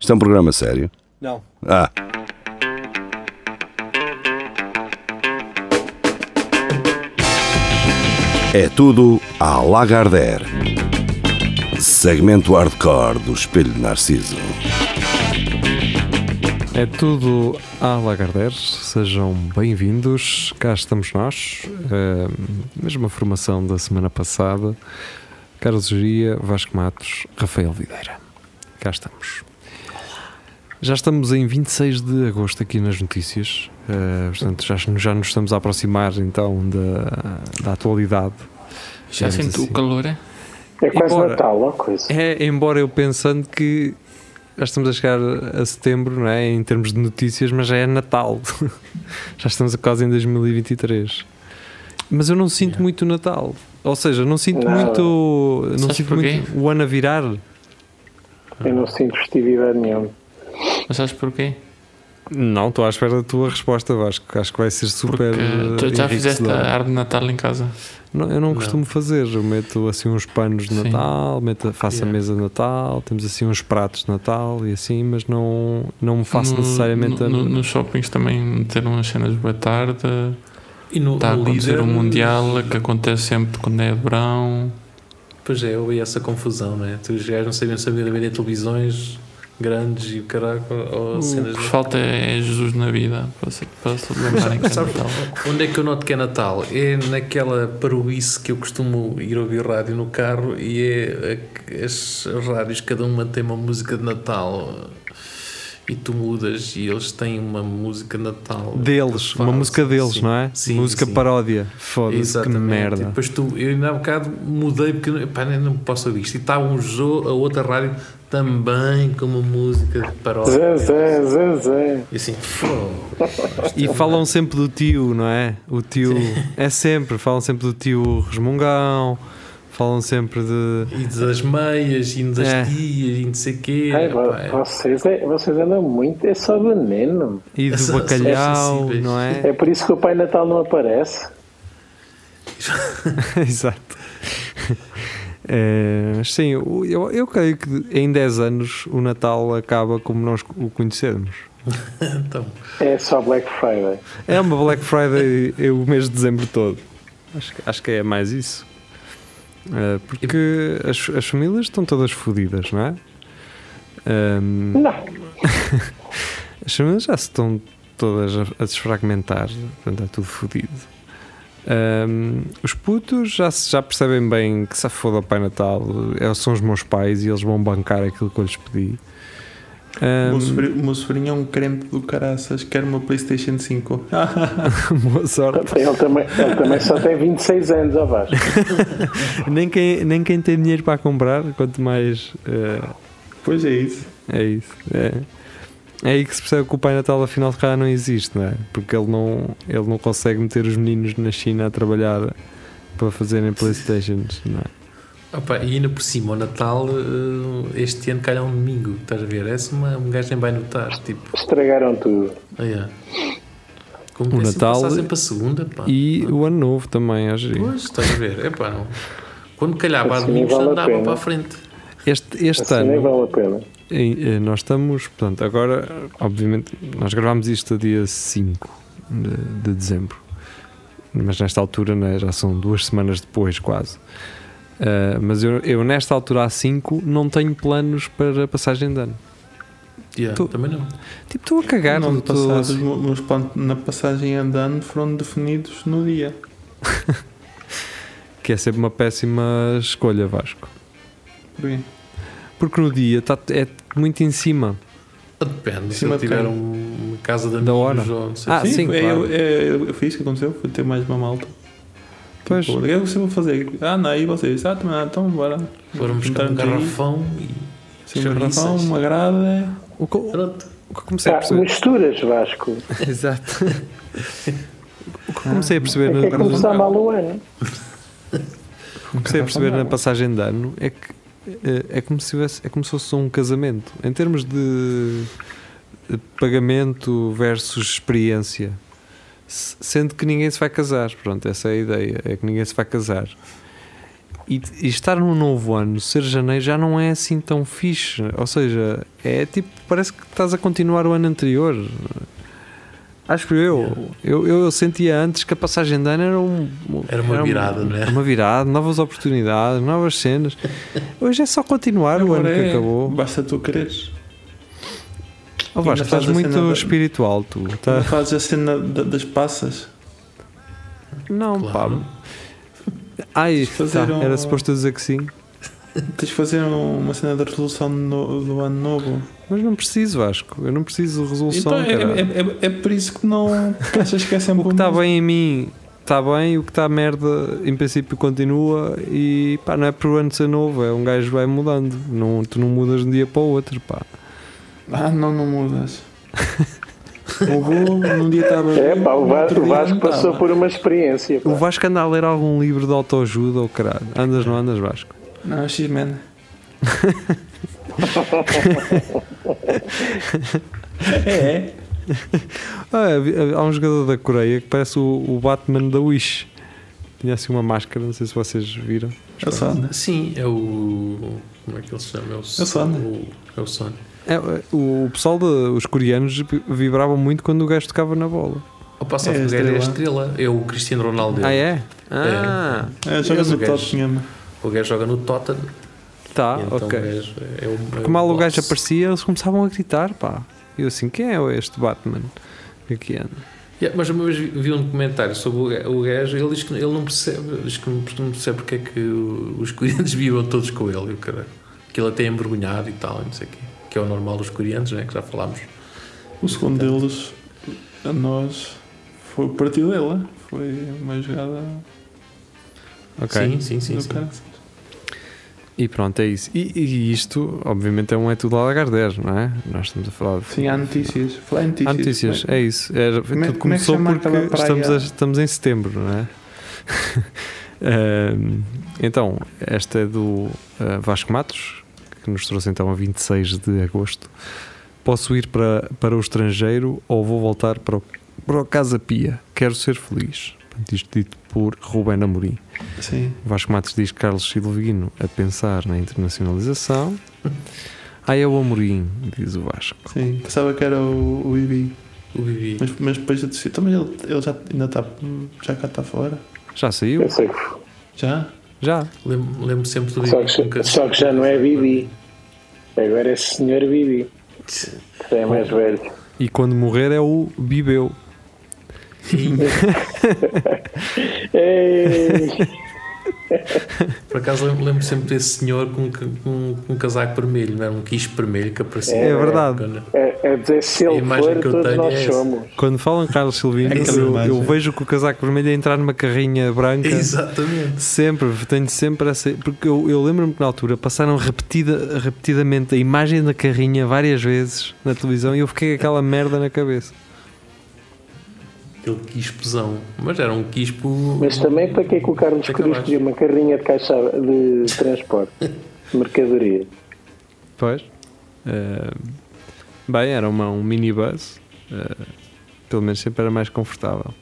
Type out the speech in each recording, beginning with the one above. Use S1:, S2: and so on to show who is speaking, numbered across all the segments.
S1: Isto é um programa sério.
S2: Não.
S1: Ah, é tudo à Lagardère. Segmento hardcore do Espelho de Narciso.
S3: É tudo à Lagardère, sejam bem-vindos. Cá estamos nós, eh, mesma formação da semana passada. Carlos Gia, Vasco Matos, Rafael Videira. Cá estamos. Já estamos em 26 de agosto aqui nas notícias, eh, portanto já, já nos estamos a aproximar então da, da atualidade.
S4: Já
S3: digamos
S4: sente
S3: assim.
S4: o calor, é?
S5: É quase
S3: Embora-
S5: Natal, ó coisa.
S3: É, embora eu pensando que já estamos a chegar a setembro, não é? Em termos de notícias, mas já é Natal. já estamos quase em 2023. Mas eu não sinto muito o Natal. Ou seja, não sinto
S5: Nada.
S3: muito. Não
S4: Sabes
S3: sinto
S4: porquê?
S3: muito o ano a virar.
S5: Eu não sinto festividade nenhuma.
S4: Mas sabes porquê?
S3: Não, estou à espera da tua resposta, Vasco. Acho que vai ser super.
S4: Porque eh, tu já
S3: enriquecedora.
S4: fizeste a árvore de Natal em casa.
S3: Não, eu não, costumo fazer. Eu meto assim uns panos de
S4: Sim.
S3: Natal, meto, faço a
S4: Yeah.
S3: mesa de Natal, temos assim uns pratos de Natal e assim, mas não, não me faço
S4: No-
S3: necessariamente
S4: no-
S3: a.
S4: no- Nos shoppings também meteram umas cenas de boa tarde.
S6: E no,
S4: Está a
S6: no
S4: acontecer
S6: líder,
S4: um Mundial que acontece sempre quando é de verão.
S6: Pois é, houve essa confusão, não é? Tu, Os gajos não sabiam se havia de vender televisões grandes e o caraco, ou
S4: O
S6: cenas.
S4: que falta é Jesus na vida, para se, para se lembrarem que é
S6: Sabes-
S4: Natal.
S6: Onde é que eu noto que é Natal? É naquela paroice que eu costumo ir ouvir rádio no carro e é a que- as rádios, cada uma tem uma música de Natal e tu mudas e eles têm uma música de Natal.
S3: Deles,
S6: Faz,
S3: uma música deles,
S6: sim.
S3: não é?
S6: Sim,
S3: música
S6: sim.
S3: paródia. Foda-se, que
S6: Exatamente. E
S3: merda.
S6: depois tu, eu ainda há bocado mudei porque eu não- pá, nem- não posso ouvir isto. E estava um jogo, a outra rádio também com uma música de
S5: Zé,
S6: paródia.
S5: Zé, Zé, Zé.
S6: E assim, fogo.
S3: E falam sempre do tio, não é? O tio. É sempre, falam sempre do tio Resmungão, falam sempre de.
S6: E das meias, e das
S3: É.
S6: tias, e não sei o quê.
S5: Ai, vo-
S6: pá, é-
S5: vocês, é- vocês andam muito, é só veneno.
S3: e do
S6: São- são
S3: bacalhau,
S6: sensíveis.
S3: não é?
S5: É por isso que o Pai Natal não aparece.
S3: Exato. É, mas sim, o- eu, eu creio que em 10 anos o Natal acaba como nós o conhecemos.
S6: então,
S5: É só Black Friday.
S3: É uma Black Friday e- e o mês de dezembro todo. Acho, que- acho que é mais isso. Eh, porque as, as famílias estão todas fodidas, não é? Ahm,
S5: Não.
S3: as famílias já se estão todas a, a desfragmentar, portanto é tudo fodido. Ahm, os putos já, se- já percebem bem que se foda o Pai Natal, eh, são os meus pais e eles vão bancar aquilo que eu lhes pedi. Ehm,
S7: O
S3: Ahm,
S7: meu sobrinho- o meu sobrinho é um crente do caraças, quer uma PlayStation 5.
S3: boa sorte.
S5: Ele também, ele também só tem 26 anos, ó Vasco.
S3: Nem quem, nem quem tem dinheiro para comprar, quanto mais eh,
S7: Pois é isso.
S3: É isso. É. é aí que se percebe que o Pai Natal afinal de cara não existe, não é? Porque ele não, ele não consegue meter os meninos na China a trabalhar para fazerem Playstations, não é?
S6: opá, e ainda por cima, o Natal eh, este ano calhar um domingo, estás a ver? Essa uma, um gajo nem vai notar. Tipo,
S5: Estragaram tudo.
S6: ah, é. Como
S3: O
S6: é sempre
S3: Natal
S6: passar sempre a segunda, pá.
S3: E o Ano Novo também, acho.
S6: Pois, estás a ver? É pá, não. Quando calhava a
S5: Assim
S6: domingo, já
S5: vale a
S6: andava
S5: pena.
S6: para a frente.
S3: Este, este
S5: Assim nem
S3: ano,
S5: vale a pena.
S3: em- eh, nós estamos, portanto, agora, obviamente, nós gravámos isto a dia 5 de, de dezembro, mas nesta altura né, já são duas semanas depois, quase. Ah, mas eu, eu, nesta altura, a 5, não tenho planos para passagem de ano.
S6: Yeah,
S3: Tu-
S6: Também não.
S3: Tipo, estou a cagar,
S7: No
S3: não
S7: ano passado,
S3: estou.
S7: os me- meus planos na passagem andando foram definidos no dia.
S3: Que é sempre uma péssima escolha, Vasco.
S7: Porquê?
S3: Porque no dia tá, é muito em cima.
S6: Depende, se
S7: Cima
S6: eu
S7: de
S6: tiver
S7: quem?
S6: um- uma casa de
S3: Da
S6: amigos
S3: hora.
S6: ou não sei
S3: Ah,
S6: se-
S3: sim,
S7: foi,
S3: claro.
S7: é- é- foi isso que aconteceu, foi ter mais uma malta.
S3: Pois.
S7: Tipo, o que é que vocês vão fazer? Ah, não, e vocês? Ah, também, não, então bora.
S6: foram buscar um
S7: Juntarmos aí.
S6: garrafão
S7: Sim,
S6: Chama
S7: uma um garrafão,
S6: isso.
S7: uma grada.
S3: O que,
S6: e
S3: o
S6: pronto.
S3: que eu comecei a
S5: Ah,
S3: perceber.
S5: misturas, Vasco.
S3: Exato. O que eu comecei a perceber
S5: É que é
S3: na,
S5: começar mal o ano.
S3: comecei a perceber na passagem de ano é que eh, é como se tivesse, é como se fosse um casamento. Em termos de de pagamento versus experiência. S- Sendo que ninguém se vai casar, pronto, essa é a ideia, é que ninguém se vai casar. E, e estar num novo ano, ser janeiro, já não é assim tão fixe. Ou seja, é tipo, parece que estás a continuar o ano anterior. Acho que eu. Eu, eu sentia antes que a passagem de ano era, um,
S6: Era uma virada, não é?
S3: Uma virada, novas oportunidades, novas cenas. Hoje é só continuar o ano
S7: Agora
S3: que
S7: é,
S3: acabou.
S7: Basta tu quereres.
S3: Oh,
S7: ainda
S3: Vasco,
S7: faz
S3: estás
S7: a cena
S3: muito
S7: da-
S3: espiritual, tu. Tá-
S7: Não fazes a cena da- das passas.
S3: Não,
S6: Claro.
S3: pá. Ai,
S7: Fazer
S3: tá,
S7: um-
S3: era suposto eu dizer que sim.
S7: Tens de fazer um, uma cena da resolução no- do ano novo.
S3: Mas não preciso, Vasco. Eu não preciso de resolução.
S7: Então, é,
S3: cara.
S7: é, é, é por isso que não que achas que é sempre
S3: o que está bem em mim está bem, o que está merda em princípio continua e pá, não é por o ano ser novo, é um gajo vai mudando. Não, tu não mudas de um dia para o outro, pá.
S7: Ah, não, não mudas. O Hugo, num dia estava.
S5: É
S7: bem,
S5: pá, o
S7: no
S5: Vasco,
S7: outro
S5: o
S7: dia
S5: Vasco
S7: não
S5: passou
S7: estava.
S5: por uma experiência. pá.
S3: O Vasco anda a ler algum livro de autoajuda ou caralho. Andas, não andas, Vasco?
S7: Não, X-Men. é, é.
S3: Ah, havia- há um jogador da Coreia que parece o, o Batman da Wish. Tinha assim uma máscara, não sei se vocês viram.
S7: É o
S3: né?
S7: Sónia.
S6: Sim, é o. Como é que ele se chama? É o,
S7: Sony.
S6: o- É o Sony.
S3: É, o pessoal, de, os coreanos, vibravam muito quando o gajo tocava na bola.
S6: O Passa
S7: É a
S6: Fogueira é a estrela. É o Cristiano Ronaldo.
S3: Ah, é? Ah,
S7: É, joga
S6: És o
S7: no
S6: gajo.
S7: Tottenham.
S6: O gajo joga no Tottenham.
S3: tá,
S6: e então
S3: ok.
S6: o gajo é o.
S3: Porque mal o gajo aparecia, eles começavam a gritar, pá. Eu assim, quem é este Batman? Aqui anda.
S6: Yeah, mas uma vez vi vi um comentário sobre o ga- o gajo, ele diz que ele não percebe, diz que não perce- não percebe porque é que o- os coreanos vivam todos com ele, e o caralho. Que ele até é envergonhado e tal, e não sei o quê. Que é o normal dos coreanos, né? Que já falámos.
S7: O segundo deles, a nós, foi o partido dela. Foi uma jogada
S3: Ok.
S6: Sim, sim, sim.
S7: do
S6: sim.
S7: caraças.
S3: E pronto, é isso. E, e isto, obviamente, é um é tudo Alagardeiro, não é? Nós estamos a falar de.
S7: Sim, há notícias. Fala em
S3: Há
S7: notícias.
S3: notícias, é isso. Era,
S7: Como é-
S3: tudo
S7: como é que
S3: começou
S7: chama
S3: porque
S7: aquela praia?
S3: estamos, a- estamos em setembro, não é? Ahm, então, esta é do ah, Vasco Matos, que nos trouxe então a 26 de agosto. Posso ir para, para o estrangeiro ou vou voltar para o, para o Casa Pia? Quero ser feliz. Portanto, Isto dito por Rubén Amorim.
S7: Sim.
S3: Vasco Matos diz Carlos Silvino a pensar na internacionalização. Ah, é o Amorim, diz o Vasco.
S7: Sim, pensava que era o, o Ibi,
S6: O Bibi.
S7: mas, mas depois eu decidi. Então, mas ele, ele já ainda está. Já cá está fora?
S3: Já saiu?
S5: Eu sei que-
S7: Já?
S3: Já?
S6: Lembro, lembro sempre do um
S5: só,
S6: Bibi.
S5: que,
S6: nunca-
S5: só que já não é Bibi. Agora é Senhor Bibi. que Já é mais velho.
S3: E quando morrer é o Bibeu.
S5: Ei,
S6: Por acaso lembro, lembro sempre desse senhor com, ca- com- com um casaco vermelho, não era? Um quiche vermelho que aparecia.
S3: É
S6: na
S3: verdade.
S6: época, né?
S5: é, é dizer, se
S6: A
S5: ele
S6: imagem
S5: for,
S6: que eu
S5: todos
S6: tenho
S5: nós
S6: é essa.
S5: somos.
S3: Quando falam Carlos Silvino,
S7: É Aquela
S3: eu,
S7: imagem.
S3: eu vejo que o casaco vermelho é entrar numa carrinha branca.
S6: Exatamente.
S3: Sempre, tenho sempre essa. Porque eu, eu lembro-me que na altura passaram repetida, repetidamente a imagem da carrinha várias vezes na televisão e eu fiquei com aquela merda na cabeça.
S6: Aquele quispozão. Mas era um quispo.
S5: Mas também para que é que o Carlos
S6: Fica
S5: Cruz
S6: baixo.
S5: pediu uma carrinha de caixa de transporte? de mercadoria.
S3: Pois. Eh, bem, era uma, um minibus. eh, pelo menos sempre era mais confortável.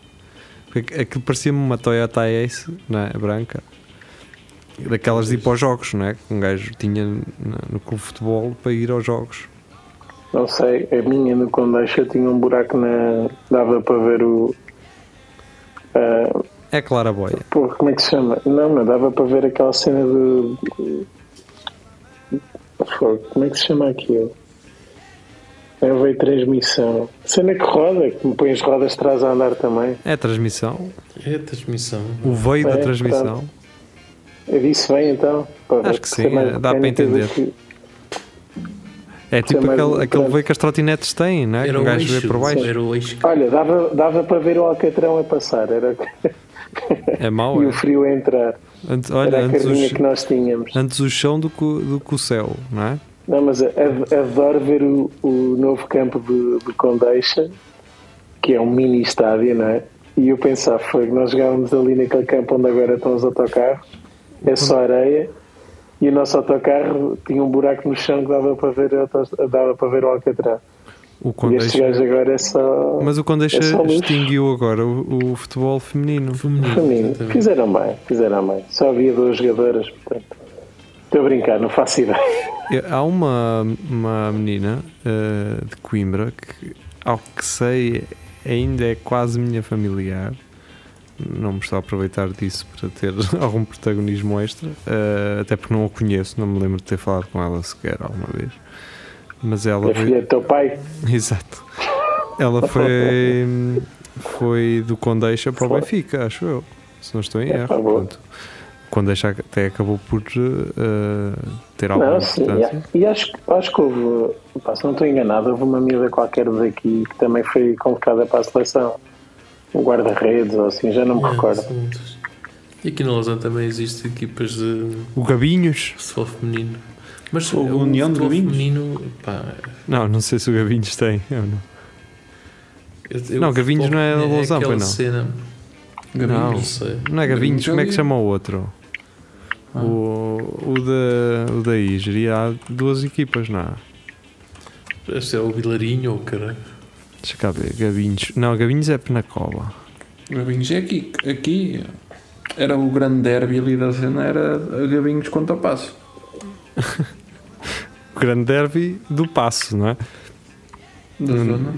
S3: Porque é aqu- aquilo parecia-me uma Toyota Ace, não é? Branca. Daquelas de ir para os jogos, não é? Que um gajo tinha no, no clube de futebol para ir aos jogos.
S5: Não sei, a minha no Condeixa tinha um buraco na. dava para ver o. ah,
S3: É claro a boia.
S5: Porra, como é que se chama? Não, não dava para ver aquela cena do. Fogo, como é que se chama aquilo? É Eu veio transmissão. Cena que roda, que me põe as rodas de trás a andar também.
S3: É a transmissão.
S6: É a transmissão.
S3: O veio da
S5: É,
S3: transmissão.
S5: Eu disse bem então? Para
S3: Acho que sim, é, dá para entender. É tipo
S5: Também
S3: aquele,
S5: um
S3: aquele
S5: grande-
S3: veio que as trotinetes têm, não é? Que
S6: Era
S3: um
S6: o
S3: gajo vê
S6: eixo.
S3: por baixo.
S6: Era o eixo.
S5: Olha, dava, dava para ver o Alcatrão a passar era...
S3: É mau,
S5: e
S3: é?
S5: o frio a entrar.
S3: Antes, olha,
S5: era a
S3: antes,
S5: carrinha
S3: os-
S5: que nós tínhamos.
S3: antes o chão do que, o- do que o céu, não é?
S5: Não, mas a- a- adoro ver o, o novo campo de, de Condeixa, que é um mini estádio, não é? E eu pensava, foi nós jogávamos ali naquele campo onde agora estão os autocarros, é só areia, e o nosso autocarro tinha um buraco no chão que dava para ver, a autos- dava para ver o Alcatrão.
S3: O
S5: E estes
S3: Condeixa,
S5: gajos agora é só
S3: mas o Condeixa
S5: é só luz.
S3: extinguiu agora o, o futebol feminino.
S5: feminino. Fizeram bem, fizeram bem. Só havia duas jogadoras, portanto. Estou a brincar, não faço ideia.
S3: É, Há uma, uma menina eh, de Coimbra que, ao que sei, ainda é quase minha familiar. Não me estou a aproveitar disso para ter algum protagonismo extra, eh, até porque não a conheço, não me lembro de ter falado com ela sequer alguma vez. Mas ela
S5: A
S3: veio-
S5: filha do teu pai,
S3: Exato. Ela foi, foi do Condeixa para o Benfica, acho eu. Se não estou em
S5: É,
S3: erro.
S5: tá bom.
S3: Portanto, o Condeixa até acabou por eh, ter alguma
S5: Não, sim, é.
S3: importância.
S5: e, e acho, que- acho que houve, pá, se não estou enganado, houve uma miúda qualquer daqui que também foi convocada para a seleção. Um guarda-redes ou assim, já não me
S6: É,
S5: recordo.
S6: são muitas. E aqui na Lausanne também existem equipas de
S3: O Gabinhos?
S6: futebol feminino. Mas
S7: O União de
S6: futebol
S7: Gaminhos?
S6: feminino, pá,
S3: Não, não sei se o Gabinhos tem. Eu não.
S6: eu- eu-
S3: Não, Gavinhos não é
S6: futebol feminino
S3: Lausanne,
S6: aquela
S3: pois não.
S6: cena-
S3: Não.
S6: não sei.
S3: não é
S7: Gavinhos,
S3: Gavinhos, como é que
S7: Gavinhos.
S3: chama o outro?
S7: Ah.
S3: O, o, da, o da Igeria há duas equipas, não há?
S6: Este é o Vilarinho ou o caralho.
S3: Deixa cá ver, Gavinhos. Não, Gavinhos é Penacola.
S7: Gabinhos é aqui. Aqui era o grande derby ali da cena, era Gabinhos contra Passo.
S3: O grande derby do Passo, não é?
S7: Da
S3: Uhum.
S7: zona.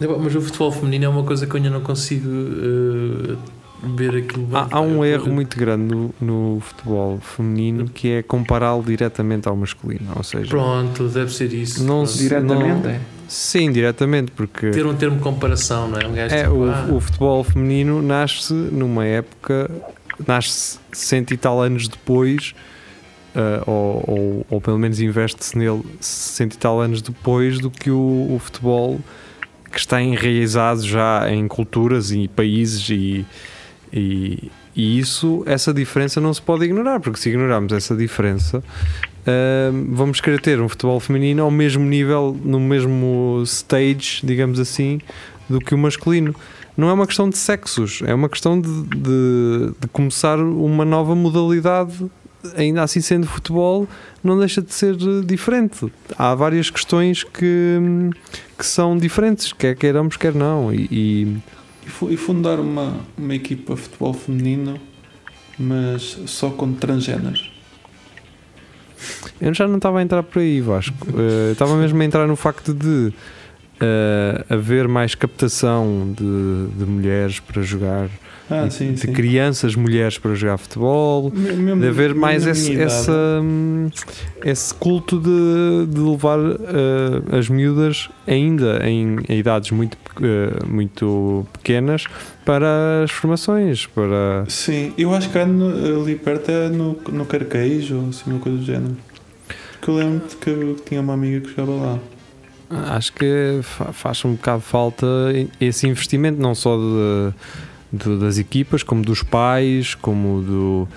S6: É pá, Mas o futebol feminino é uma coisa que eu ainda não consigo eh, ver aquilo. bem,
S3: Há, há
S6: pá.
S3: um
S6: Eu-
S3: erro muito grande no, no futebol feminino que é compará-lo diretamente ao masculino. Ou seja,
S6: Pronto, deve ser isso.
S3: Não
S6: Pronto.
S3: se-
S7: Diretamente é.
S3: sim, diretamente, porque
S6: Ter um termo de comparação, não é? Um gajo
S3: é,
S6: tipo,
S3: o,
S6: ah,
S3: o futebol feminino nasce numa época, nasce cento e tal anos depois, ah, ou, ou, ou pelo menos investe-se nele cento e tal anos depois do que o, o futebol que está enraizado já em culturas e países e, e, e isso, essa diferença não se pode ignorar, porque se ignorarmos essa diferença, hum, vamos querer ter um futebol feminino ao mesmo nível, no mesmo stage, digamos assim, do que o masculino. Não é uma questão de sexos, é uma questão de, de- de começar uma nova modalidade. Ainda assim, sendo futebol, não deixa de ser eh, diferente. Há várias questões que, hum, que são diferentes, quer queiramos, quer não. E, e-
S7: E fu- E fundar uma, uma equipa de futebol feminino, mas só com transgéneros.
S3: eu já não estava a entrar por aí, Vasco. Eh, estava mesmo a entrar no facto de eh, haver mais captação de, de mulheres para jogar,
S7: Ah,
S3: e
S7: sim,
S3: de
S7: sim.
S3: crianças mulheres para jogar futebol.
S7: Me- mesmo-
S3: De haver mais
S7: mesmo
S3: esse,
S7: Hum, idade.
S3: essa, hum, esse culto de, de levar eh, as miúdas ainda em, em idades muito, pe- eh, muito pequenas para as formações, para
S7: Sim, eu acho que há no- ali perto é no, no Carqueijo ou assim, uma coisa do género. Que eu lembro de que eu tinha uma amiga que jogava lá.
S3: Acho que fa- faz um bocado falta esse investimento, não só de- de- das equipas, como dos pais, como do.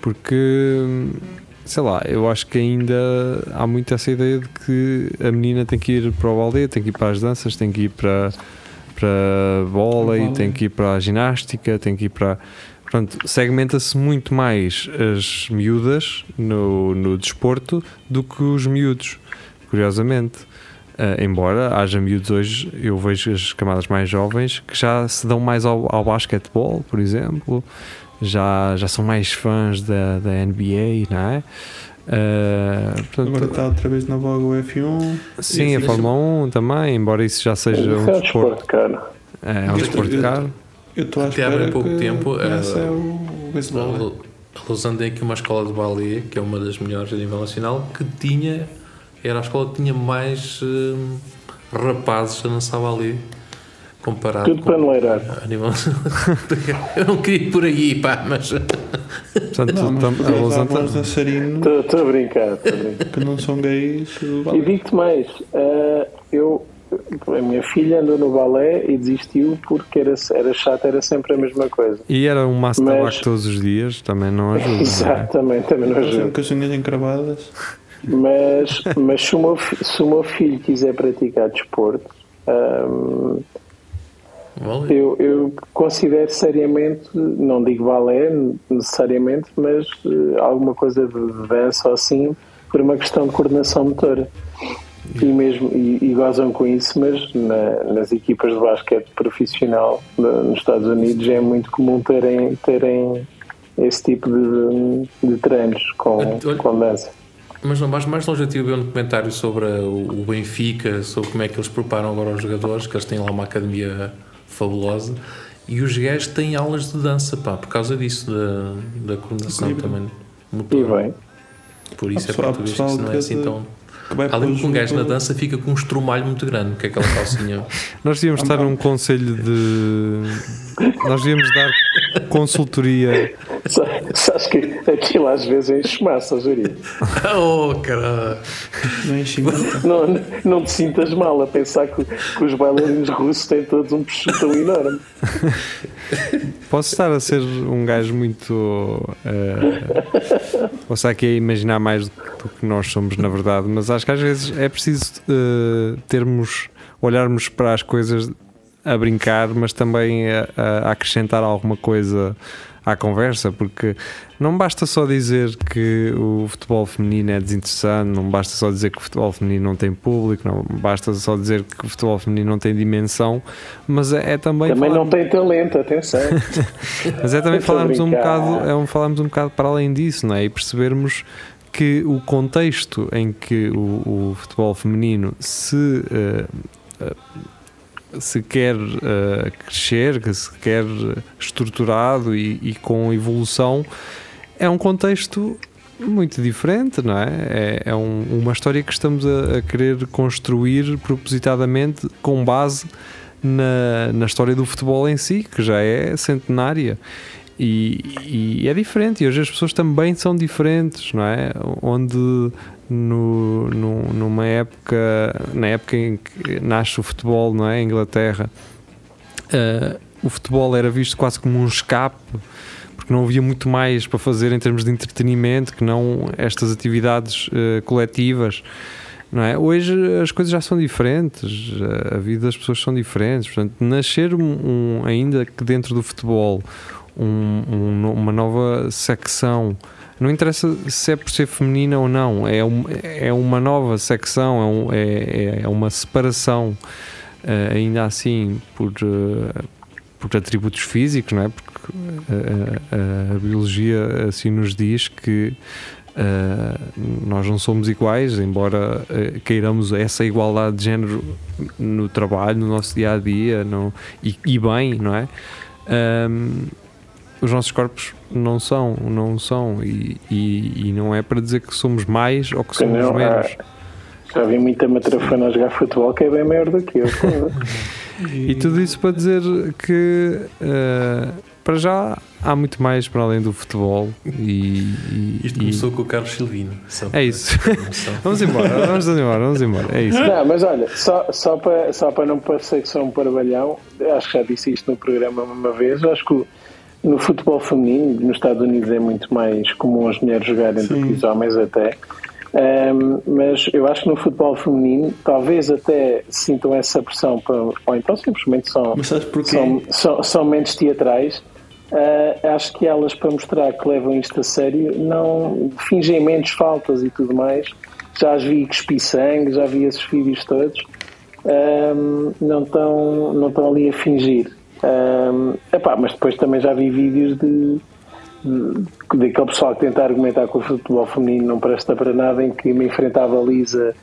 S3: Porque, hum, sei lá, eu acho que ainda há muito essa ideia de que a menina tem que ir para o balé, tem que ir para as danças, tem que ir para, para vôlei,
S7: Vôlei.
S3: tem que ir para a ginástica, tem que ir para. Pronto, segmenta-se muito mais as miúdas no, no desporto do que os miúdos, curiosamente. Ah, embora haja miúdos hoje, eu vejo as camadas mais jovens que já se dão mais ao, ao basquetebol, por exemplo, já, já são mais fãs da, da NBA, não é? Ah, portanto,
S7: Agora tá está outra vez na Vogue o F1.
S3: sim,
S6: Sim,
S3: a
S6: sim.
S3: Fórmula 1 também, embora isso já seja
S5: Isso
S3: um
S5: é um
S3: desporto,
S5: desporto, cara.
S3: é, é um
S6: Eu-
S3: desporto
S7: eu-
S3: caro.
S7: Eu estou à
S6: Até há bem
S7: espera
S6: pouco
S7: que
S6: tempo, eh,
S7: Esse é o beisebol.
S6: A Lausanne tem aqui uma escola de balé, que é uma das melhores a nível nacional, que tinha, era a escola que tinha mais hum, rapazes a dançar balé,
S3: Ah,
S6: comparado
S5: Tudo
S6: com
S5: para enleirar.
S6: a nível Eu não queria ir por aí, pá, mas
S3: Portanto,
S7: Não, mas
S3: tam- a
S7: podemos dar
S3: Lausanne
S7: bons
S3: tam-
S7: dançarinos
S5: Estou estou a brincar, estou a brincar.
S7: que não são gays do
S5: E
S7: balé.
S5: digo-te mais, eh, eu, a minha filha andou no balé e desistiu porque era, era chato, era sempre a mesma coisa.
S3: e era um maço de
S5: Mas-
S3: tabaco todos os dias, também não ajuda. não é?
S5: Exato, também, também não
S7: Sempre
S5: ajuda.
S7: com as unhas encravadas.
S5: Mas, mas se, o meu, fi- se o meu filho quiser praticar desporto, ahm,
S6: Vale.
S5: eu, eu considero seriamente, não digo balé necessariamente, mas eh, alguma coisa de dança ou assim, por uma questão de coordenação motora. E, mesmo, e, e gozam com isso, mas na- nas equipas de basquete profissional da- nos Estados Unidos é muito comum terem, terem esse tipo de, de treinos com,
S6: Olha-
S5: com dança.
S6: Mas não mais, mais longe eu tive a ver um documentário sobre a- o, o Benfica, sobre como é que eles preparam agora os jogadores, que eles têm lá uma academia fabulosa. E os gajos têm aulas de dança, pá, por causa disso, da, da coordenação
S7: Equilíbrio.
S6: também. Muito
S5: E
S6: bom.
S5: bem,
S6: Por isso
S7: Há
S6: é
S7: pessoal-
S6: para tu veres que
S7: pessoal
S6: isso não é
S7: que- é
S6: assim tão.
S7: Que vai
S6: Além
S7: pôr
S6: de que um gajo na
S7: junto-
S6: dança fica com um estromalho muito grande, que é aquela calcinha.
S3: Nós devíamos estar num conselho de. Nós devíamos dar consultoria.
S5: Sa- sabes que aquilo às vezes enche massa, Júlio.
S6: oh, caralho!
S7: Não enche muito.
S5: Não, não te sintas mal a pensar que, que os bailarinos russos têm todos um peixotão enorme.
S3: Posso estar a ser um gajo muito. eh, ou será que é imaginar mais do que- do que nós somos, na verdade? Mas acho que às vezes é preciso eh, termos. olharmos para as coisas a brincar, mas também a, a- a acrescentar alguma coisa à conversa, porque não basta só dizer que o futebol feminino é desinteressante, não basta só dizer que o futebol feminino não tem público, não basta só dizer que o futebol feminino não tem dimensão, mas é, é também.
S5: Também
S3: falar-
S5: não tem talento, atenção.
S3: mas é também
S5: Estou a
S3: falarmos um,
S5: brincar.
S3: bocado, é um, falarmos um bocado para além disso, não é? E percebermos que o contexto em que o, o futebol feminino se, eh, eh, se quer eh, crescer, que se quer estruturado e, e com evolução, é um contexto muito diferente, não é? É, é um- uma história que estamos a, a querer construir propositadamente com base na, na história do futebol em si, que já é centenária. E, e é diferente, e hoje as pessoas também são diferentes, não é? Onde no, no- numa época, na época em que nasce o futebol, não é? Em Inglaterra, eh, o futebol era visto quase como um escape, porque não havia muito mais para fazer em termos de entretenimento que não estas atividades eh, coletivas. Não é? Hoje as coisas já são diferentes, a- a vida das pessoas são diferentes. Portanto, nascer um, um- ainda que dentro do futebol um- um no- uma nova secção, não interessa se é por ser feminina ou não, é, um- é uma nova secção, é, um- é- é- é uma separação, eh, ainda assim, por, eh, por atributos físicos, não é? Porque eh, a- a- a biologia assim nos diz que Uh, nós não somos iguais, embora uh, queiramos essa igualdade de género no trabalho, no nosso dia a dia, e, e bem, não é? Um, os nossos corpos não são, não são, e, e- e não é para dizer que somos mais ou que
S5: Que
S3: somos
S5: não,
S3: menos.
S5: Já vi muita matrafana a jogar futebol que é bem maior do que eu.
S3: E tudo isso para dizer que uh, para já há muito mais para além do futebol e, e-
S6: Isto
S3: e-
S6: começou com o Carlos Silvino. só para
S3: é isso.
S6: ter noção.
S3: vamos embora, vamos embora, vamos embora. É isso.
S5: Não, mas olha, só, só, para, só para não parecer que sou um parvalhão, acho que já disse isto no programa uma vez, acho que o- no futebol feminino, nos Estados Unidos é muito mais comum as mulheres jogarem do que os homens até, Ahm, mas eu acho que no futebol feminino talvez até sintam essa pressão, para, ou então simplesmente são,
S7: Mas sabes porquê?
S5: são, são, são mentes teatrais. Ah, acho que elas, para mostrar que levam isto a sério, não fingem menos faltas e tudo mais. Já as vi cuspir sangue, já vi esses vídeos todos. Ahm, não estão não estão ali a fingir. Ahm, epá, mas depois também já vi vídeos de, de- daquele pessoal que tenta argumentar que o futebol feminino não presta para nada, em que uma enfrenta a baliza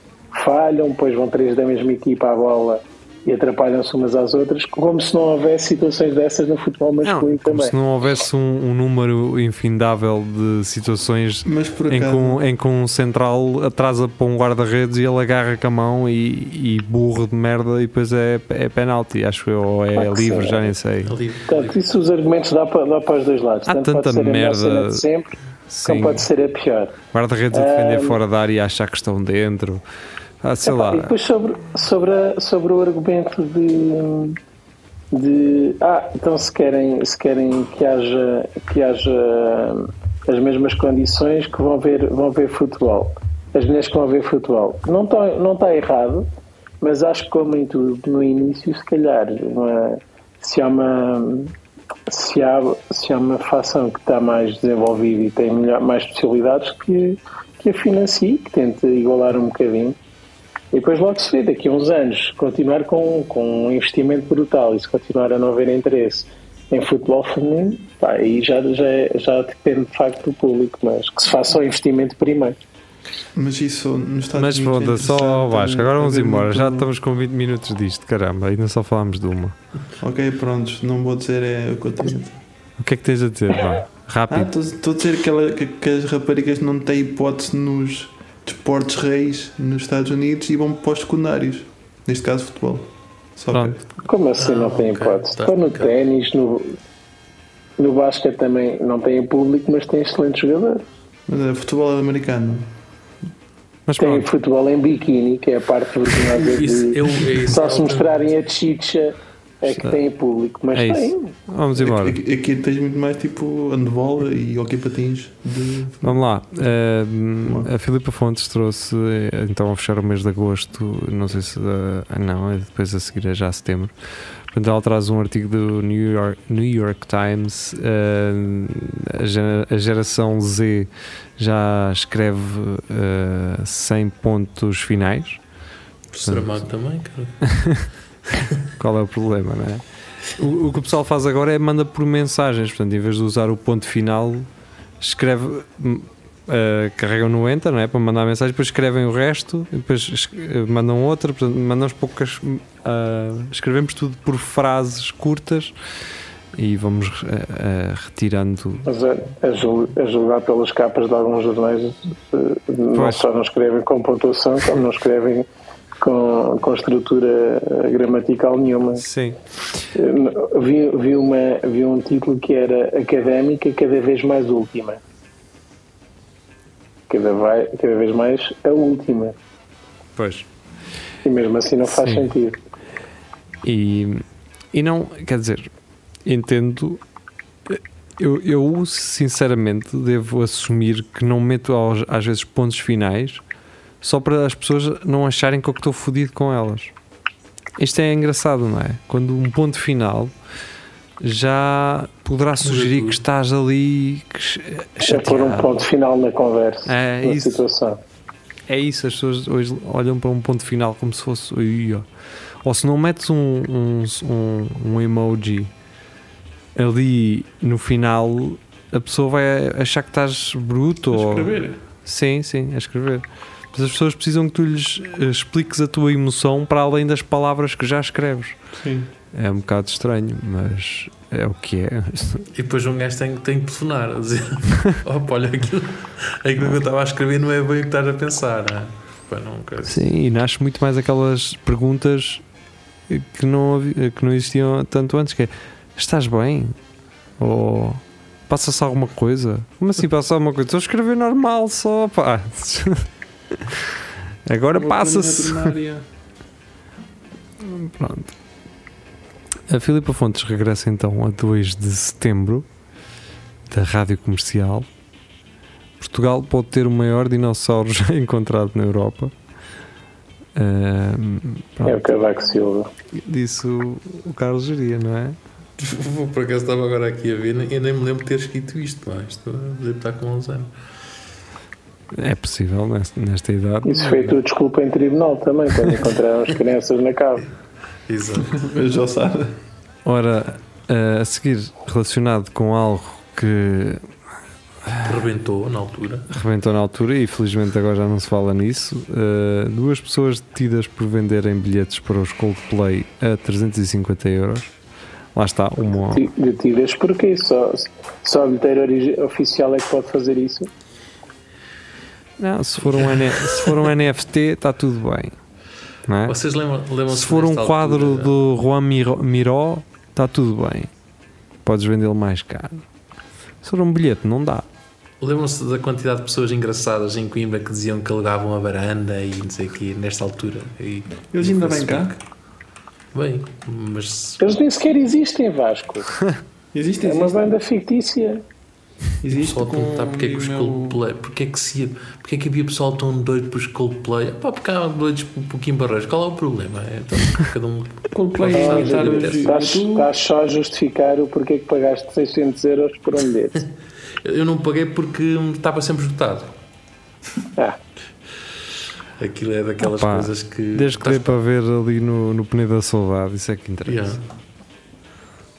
S5: falham, depois vão três da mesma equipa à bola e atrapalham-se umas às outras, como se não houvesse situações dessas no futebol
S3: Não,
S5: masculino
S3: como
S5: também.
S3: se não houvesse um, um número infindável de situações
S7: Mas por
S3: em que,
S7: acaso.
S3: um, em que um central atrasa para um guarda-redes e ele agarra com a mão e, e burro de merda e depois é, é penalti, acho eu, ou é
S5: Ah, que
S3: livre,
S5: sim.
S3: já nem sei.
S6: Ali-
S5: Portanto, isso os argumentos dá para, dá para os dois lados.
S3: Há
S5: Tanto
S3: tanta
S5: pode ser a melhor
S3: merda.
S5: cena de sempre,
S3: Sim,
S5: como pode ser a pior.
S3: guarda-redes a defender
S5: Ahm.
S3: fora da área e achar que estão dentro. Ah, sei
S5: Epá,
S3: lá.
S5: E depois sobre, sobre, a- sobre o argumento de, de ah, então se querem, se querem que haja, que haja as mesmas condições que vão ver, vão ver futebol. As mulheres que vão ver futebol. Não está não tá errado, mas acho que como em tudo, no início, se calhar, uma- se há uma se há, se há uma facção que está mais desenvolvida e tem melhor- mais possibilidades que, que a financie, que tente igualar um bocadinho. E depois logo se vê, daqui a uns anos, continuar com, com um investimento brutal e se continuar a não haver interesse em futebol feminino, pá, aí já, já, já depende de facto do público, mas que se faça o investimento primeiro.
S7: Mas isso nos Estados
S3: Mas
S7: Unidos é
S3: pronto, só ao
S7: interessante,
S3: Vasco. Agora vamos
S7: haver
S3: embora.
S7: muito-
S5: um-
S3: Já estamos com 20 minutos disto, caramba. Ainda só falámos de uma.
S7: Ok, pronto, não vou dizer é o continente.
S3: O que é que tens a dizer, vá?
S7: Ah,
S3: Rápido.
S7: estou a dizer que, ela- que- que as raparigas não têm hipótese nos desportos reis nos Estados Unidos e vão para os secundários. Neste caso, futebol. Só que-
S3: Pronto.
S5: Como assim não
S4: Ah,
S5: tem
S4: ok,
S5: hipótese?
S4: tá,
S5: Então no
S4: ok.
S5: ténis, no, no basquete também não tem público, mas tem excelentes jogadores.
S7: Mas é futebol americano.
S3: Mas
S5: Tem
S3: pronto.
S5: futebol em biquíni, que é a parte vergonhosa
S6: Isso,
S5: de...
S6: eu, é isso,
S5: Só se
S6: eu-
S5: mostrarem a chicha é que
S3: Está.
S5: tem público, mas
S3: É isso.
S5: tem.
S3: Vamos embora.
S7: Aqui, aqui tens muito mais tipo handball e hockey patins. De...
S3: Vamos lá. Ahm, a Filipa Fontes trouxe, eh, então, a fechar o mês de agosto. Não sei se. ah, não, é depois a seguir é já setembro. Portanto, ela traz um artigo do New York, New York Times. ahm, a gera- a geração Z já escreve ah, 100 pontos finais.
S6: Professor Amago também, cara.
S3: Qual é o problema, não é? O, o que o pessoal faz agora é manda por mensagens, portanto, em vez de usar o ponto final, escreve, hum, ah, carregam no enter, não é? Para mandar mensagem, depois escrevem o resto, e depois es- eh, mandam outra, portanto, mandamos poucas. hum, ah, escrevemos tudo por frases curtas e vamos ah, ah, retirando.
S5: Mas a, a jul- a julgar pelas capas de alguns jornais, eh, não
S3: Pois.
S5: só não escrevem com pontuação, como não escrevem com, com estrutura eh, gramatical nenhuma.
S3: Sim.
S5: Eh, Vi, vi, uma, vi um título que era Académica cada vez mais última. Cada, vai, cada vez mais a última.
S3: Pois.
S5: E mesmo assim não faz
S3: Sim.
S5: sentido.
S3: E, e não, quer dizer, entendo. Eu, eu sinceramente devo assumir que não meto aos- às vezes pontos finais só para as pessoas não acharem que eu que estou fodido com elas. Isto é engraçado, não é? Quando um ponto final já poderá sugerir que estás ali que ch-
S5: É pôr um
S3: chateado.
S5: ponto final na conversa,
S3: É,
S5: na
S3: isso.
S5: situação.
S3: É isso, as pessoas hoje olham para um ponto final como se fosse. "Ui, ó." Ou se não metes um, um, um- um emoji ali no final, a pessoa vai achar que estás bruto. ou-
S7: Escrever.
S3: Sim, sim, a escrever. Mas as pessoas precisam que tu lhes eh, expliques a tua emoção para além das palavras que já escreves.
S7: Sim.
S3: É um bocado estranho, mas é o que é.
S6: E depois um gajo tem, tem que telefonar a dizer: opa, olha aquilo, aquilo que eu estava a escrever não é bem o que estás a pensar. Não é? Pá, não, cara.
S3: Sim, e nasce muito mais aquelas perguntas que não, havi- que não existiam tanto antes, que é, estás bem? Ou passa-se alguma coisa? Como assim passa alguma coisa? Estou a escrever normal só, pá. Agora passa-se. Pronto. A Filipa Fontes regressa então a 2 de setembro da Rádio Comercial. Portugal pode ter o maior dinossauro já encontrado na Europa. Ahm,
S5: É o Cavaco Silva.
S3: Disse o, o Carlos Geria, não é?
S6: Vou por acaso estava agora aqui a ver, nem- eu nem me lembro de ter escrito isto, não é? Isto deve estar com 11 anos.
S3: É possível nesta, nesta idade.
S5: Isso foi a tua desculpa em tribunal também, quando encontraram as crianças na cave.
S6: Exato.
S7: Já sabe.
S3: Ora, eh, a seguir, relacionado com algo que
S6: Rebentou na altura.
S3: rebentou na altura e felizmente agora já não se fala nisso, eh, duas pessoas detidas por venderem bilhetes para os Coldplay a 350 euros. Lá está, uma.
S5: Ti- Detidas porquê? Só, só a bilheteira origi- oficial é que pode fazer isso.
S3: Não, se for um, N se for um NFT, está tudo bem. Não é?
S6: Vocês lembram, lembram
S3: Se for um quadro
S6: né?
S3: do Juan Miro- Miró, está tudo bem. Podes vendê-lo mais caro. Se for um bilhete, não dá.
S6: Lembram-se da quantidade de pessoas engraçadas em Coimbra que diziam que alugavam a varanda e não sei o quê, nesta altura? E,
S7: Eles
S6: e
S7: ainda
S6: foi-se
S7: vêm cá?
S6: Bem, mas
S5: Eles nem sequer existem, Vasco.
S7: Existe,
S5: É uma
S7: existe.
S5: banda fictícia.
S7: Existe
S6: pessoal a perguntar porque é que os
S7: amigo meu-
S6: Coldplay, porque é que, se, porque é que havia pessoal tão doido para os Coldplay? Pá, porque há doidos por pouquinho barreiros. Qual é o problema? É, Então, cada um.
S7: Coldplay
S6: Ah,
S7: e imitar
S6: já
S7: os
S6: disse.
S5: Estás,
S7: YouTube.
S5: estás só a justificar o porquê que pagaste 600 euros por um bilhete.
S6: Eu não paguei porque estava sempre esgotado.
S5: Ah,
S6: Aquilo é daquelas
S3: Opa,
S6: coisas que. tá-
S3: Desde que dê para ver ali no, no Penedo da Saudade, isso é que interessa.
S6: Yeah.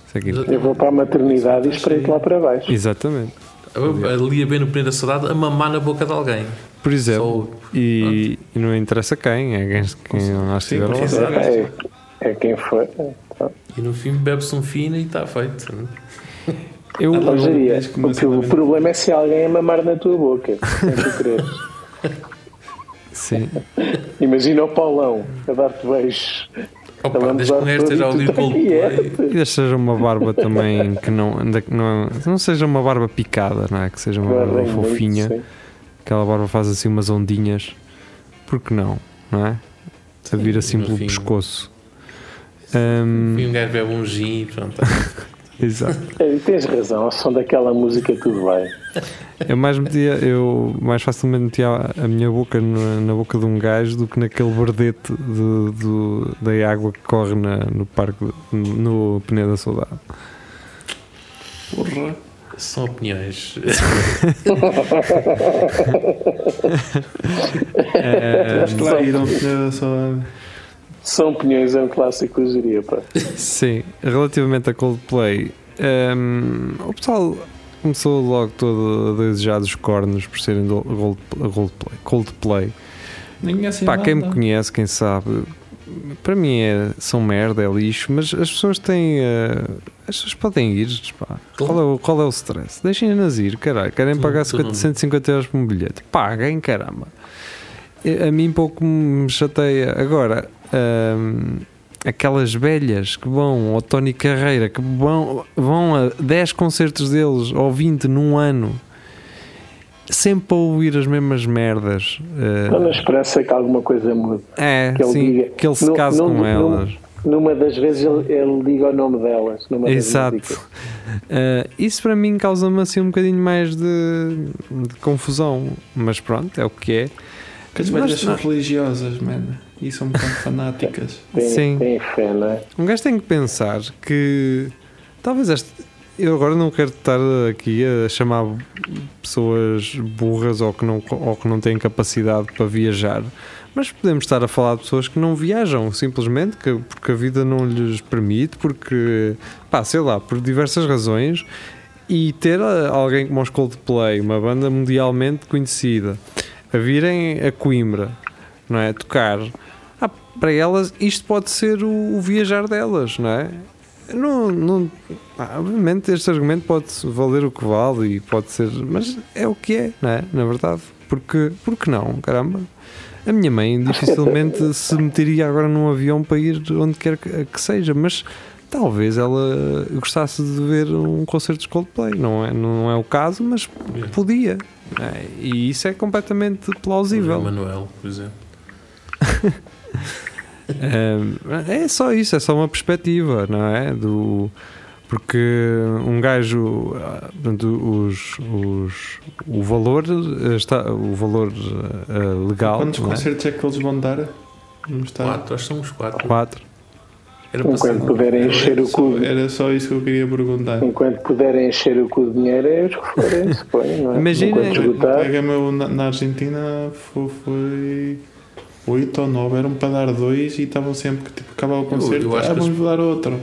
S3: Isso é que interessa.
S5: Eu vou para a maternidade e espreito lá para baixo.
S3: Exatamente.
S6: Ali a bem no pneu da saudade, a mamar na boca de alguém.
S3: Por exemplo,
S6: Só-
S3: e, e não interessa quem, é quem, quem lá estiver
S7: Sim,
S3: ao
S7: sim.
S3: lado.
S5: É, é quem Então, for.
S6: E no fim bebe-se um fino e está feito.
S3: Eu,
S5: Ou
S3: eu,
S5: seria,
S7: acho que
S5: o,
S7: uma
S5: que- então, o
S7: cena-
S5: problema é se alguém a mamar na tua boca. Sem tu querer.
S3: sim,
S5: Imagina o Paulão a dar-te beijos. Ele é a
S6: Opa, desde
S5: mudar
S6: que não esteja a
S5: todo e
S6: ouvir
S5: tu tá é,
S6: Coldplay.
S5: quieres.
S3: E deixa seja uma barba também que não, anda- que não, não seja uma barba picada, não é? Que seja uma barba
S5: Guardem muito,
S3: fofinha.
S5: sim.
S3: Aquela barba faz assim umas ondinhas. Por que não? Não é? A vir assim
S6: no
S3: pelo
S6: fim.
S3: pescoço. Ahm,
S6: E um gajo bebe um gin e pronto.
S3: exato.
S5: É, Tens razão, ao som daquela música tudo vai.
S3: Eu mais, metia, eu mais facilmente metia a minha boca na, na boca de um gajo do que naquele verdete de- do- da água que corre na- no parque, de- no Penedo da Saudade.
S7: Porra.
S6: São opiniões.
S3: É É,
S7: Acho que lá irão eh, só.
S5: São Pinhões é um clássico eu diria, pá.
S3: É. Sim, relativamente a Coldplay, hum, o pessoal começou logo todo a desejar dos cornos por serem do Gold- Goldplay. Coldplay.
S7: Ninguém assim.
S3: Pá, quem me conhece, quem sabe, para mim é, são merda, é lixo, mas as pessoas têm. eh, as pessoas podem ir, pá. Qual é o, qual é o stress? Deixem-nas ir, caralho. Querem
S6: Tu-
S3: pagar
S6: tu não-
S3: 50, 150 euros por um bilhete. Paguem, caramba. Eh, A mim pouco me chateia. Agora, hum, aquelas velhas que vão ao Tony Carreira, que vão, vão a 10 concertos deles ou 20 num ano. Sempre a ouvir as mesmas merdas. eh,
S5: Estou na esperança que alguma coisa mude.
S3: é,
S5: que ele
S3: sim,
S5: diga,
S3: que ele se
S5: "Não-
S3: case
S5: não-
S3: com
S5: não-
S3: elas.
S5: Numa das vezes ele, ele liga o nome delas. Numa das
S3: Exato.
S5: músicas.
S3: Uh, isso para mim causa-me assim um bocadinho mais de, de confusão, mas pronto, é o que é.
S7: Que as velhas
S3: Nós-
S7: são religiosas, mano. E são um bocado fanáticas.
S5: Tem,
S3: Sim.
S5: tem fé, não é?
S3: Um gajo tem que pensar que talvez este. Eu agora não quero estar aqui a chamar pessoas burras ou que não, ou que não têm capacidade para viajar, mas podemos estar a falar de pessoas que não viajam, simplesmente que- porque a vida não lhes permite, porque, pá, sei lá, por diversas razões. E ter ah, alguém como os Coldplay, uma banda mundialmente conhecida, a virem a Coimbra, não é? Tocar. Ah, para elas, isto pode ser o, o viajar delas, não é? Não, não, ah, obviamente, este argumento pode valer o que vale e pode ser. Mas é o que é, não é? Na verdade. Porque, porque não? Caramba. A minha mãe dificilmente se meteria agora num avião para ir onde quer que, que seja, mas talvez ela gostasse de ver um concerto de Coldplay. Não é, não é o caso, mas podia. não é? E isso é completamente plausível.
S6: Manuel, por exemplo.
S3: Um, é só isso, é só uma perspectiva, não é? Do, porque um gajo, ah, portanto, os, os, o valor eh, está, o valor eh, legal,
S7: Quantos
S3: não é?
S7: concertos é que eles vão dar? Não está.
S6: Quatro, acho que são uns quatro.
S3: Quatro.
S6: Era para ser-
S5: Enquanto puderem encher o cu.
S7: Era só isso que eu queria perguntar.
S5: Enquanto puderem encher o cu de dinheiro, é os que forem, se põem, não é?
S3: Imagina-
S5: Enquanto esgotar,
S7: Pega meu na, na Argentina fo- foi 8 ou 9, eram para dar dois e estavam sempre que tipo, acabava o concerto,
S6: eu acho
S7: ah,
S6: que
S7: vamos dar outro.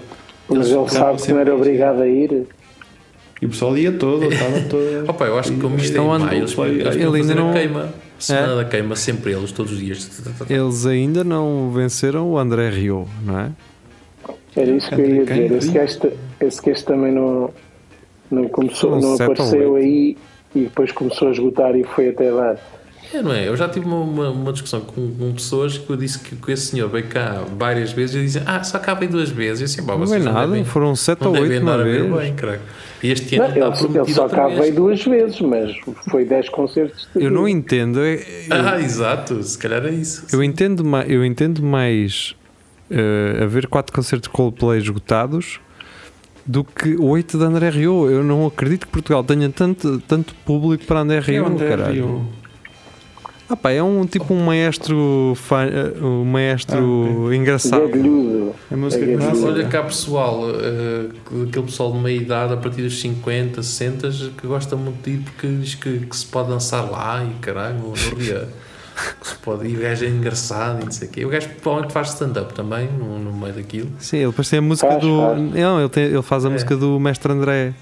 S5: mas ele sabe que não era obrigado a ir.
S7: E o pessoal ia todo, estava todo.
S6: Opa, eu acho que como isto é em
S7: Estão
S6: maio,
S7: andando-
S6: eles
S7: Ele
S6: eles vão
S3: ainda
S6: fazer
S3: não- É?
S6: a queima. Semana da queima, sempre eles, todos os dias.
S3: Eles ainda não venceram o André Rio, não é?
S5: Era isso que eu ia
S7: Quem
S5: dizer. Esse
S7: diria?
S5: gajo, ta- esse gajo também não, não começou,
S3: Foram
S5: não
S3: sete ou
S5: apareceu
S3: oito.
S5: aí e depois começou a esgotar e foi até dar.
S6: É, não é? Eu já tive uma, uma, uma discussão com, com pessoas que eu disse que, que esse senhor veio cá várias vezes e dizem, ah, só cá veio duas vezes. E assim, pá,
S3: Não
S6: vocês
S3: é
S6: não
S3: nada,
S6: devem-
S3: foram sete
S6: não
S3: ou
S6: devem
S3: oito
S6: andar
S3: uma
S6: a ver
S3: vez.
S6: bem, craque. E este
S5: Não,
S6: ano
S5: ele,
S6: está
S5: ele
S6: prometido
S5: só
S6: outra
S5: cá
S6: vez.
S5: veio duas vezes, mas foi 10 concertos.
S3: Eu não entendo, é-
S6: Ah, exato, se calhar é isso.
S3: Eu entendo, ma- eu entendo mais eh, haver quatro concertos de Coldplay esgotados do que oito de André Rio. Eu não acredito que Portugal tenha tanto, tanto público para André
S7: É
S3: Rio.
S7: onde é
S3: caralho.
S7: Rio.
S3: Ah, pá, é um tipo um maestro, fa- eh, um maestro engraçado.
S5: é Gaglhudo.
S7: A música
S5: É
S7: que
S5: Gabriel.
S7: nasce.
S6: Olha cá pessoal, eh, aquele pessoal de meia idade a partir dos 50, 60 que gosta muito de ir porque diz que, que se pode dançar lá e caralho, no Rio. que se pode. E o gajo é engraçado e não sei o quê. O gajo provavelmente faz stand-up também, no, no meio daquilo.
S3: Sim, ele depois tem a música
S5: Faz,
S3: do.
S5: faz.
S3: Não, ele, tem- ele faz a
S6: É.
S3: música do Mestre André.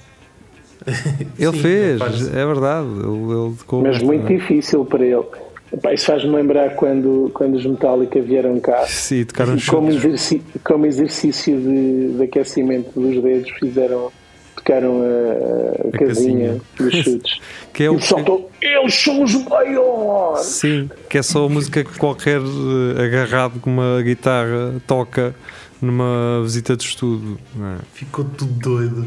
S3: Ele
S6: Sim,
S3: fez,
S6: faz.
S3: é verdade. Ele, ele tocou o
S5: Mas
S3: Mestre
S5: muito
S3: André.
S5: difícil para ele. Epá, isso faz-me lembrar quando, quando os Metallica vieram cá.
S3: Sim, tocaram um
S5: E como,
S3: juntos.
S5: exerci- como exercício de, de aquecimento dos dedos, fizeram, tocaram a, a
S3: A
S5: casinha,
S3: casinha.
S5: dos chutes.
S3: Que
S5: E
S3: é o,
S5: o pessoal todo, eles são os maiores!
S3: sim, que é só a música que qualquer eh, agarrado com uma guitarra toca numa visita de estudo. não é?
S6: Ficou tudo doido.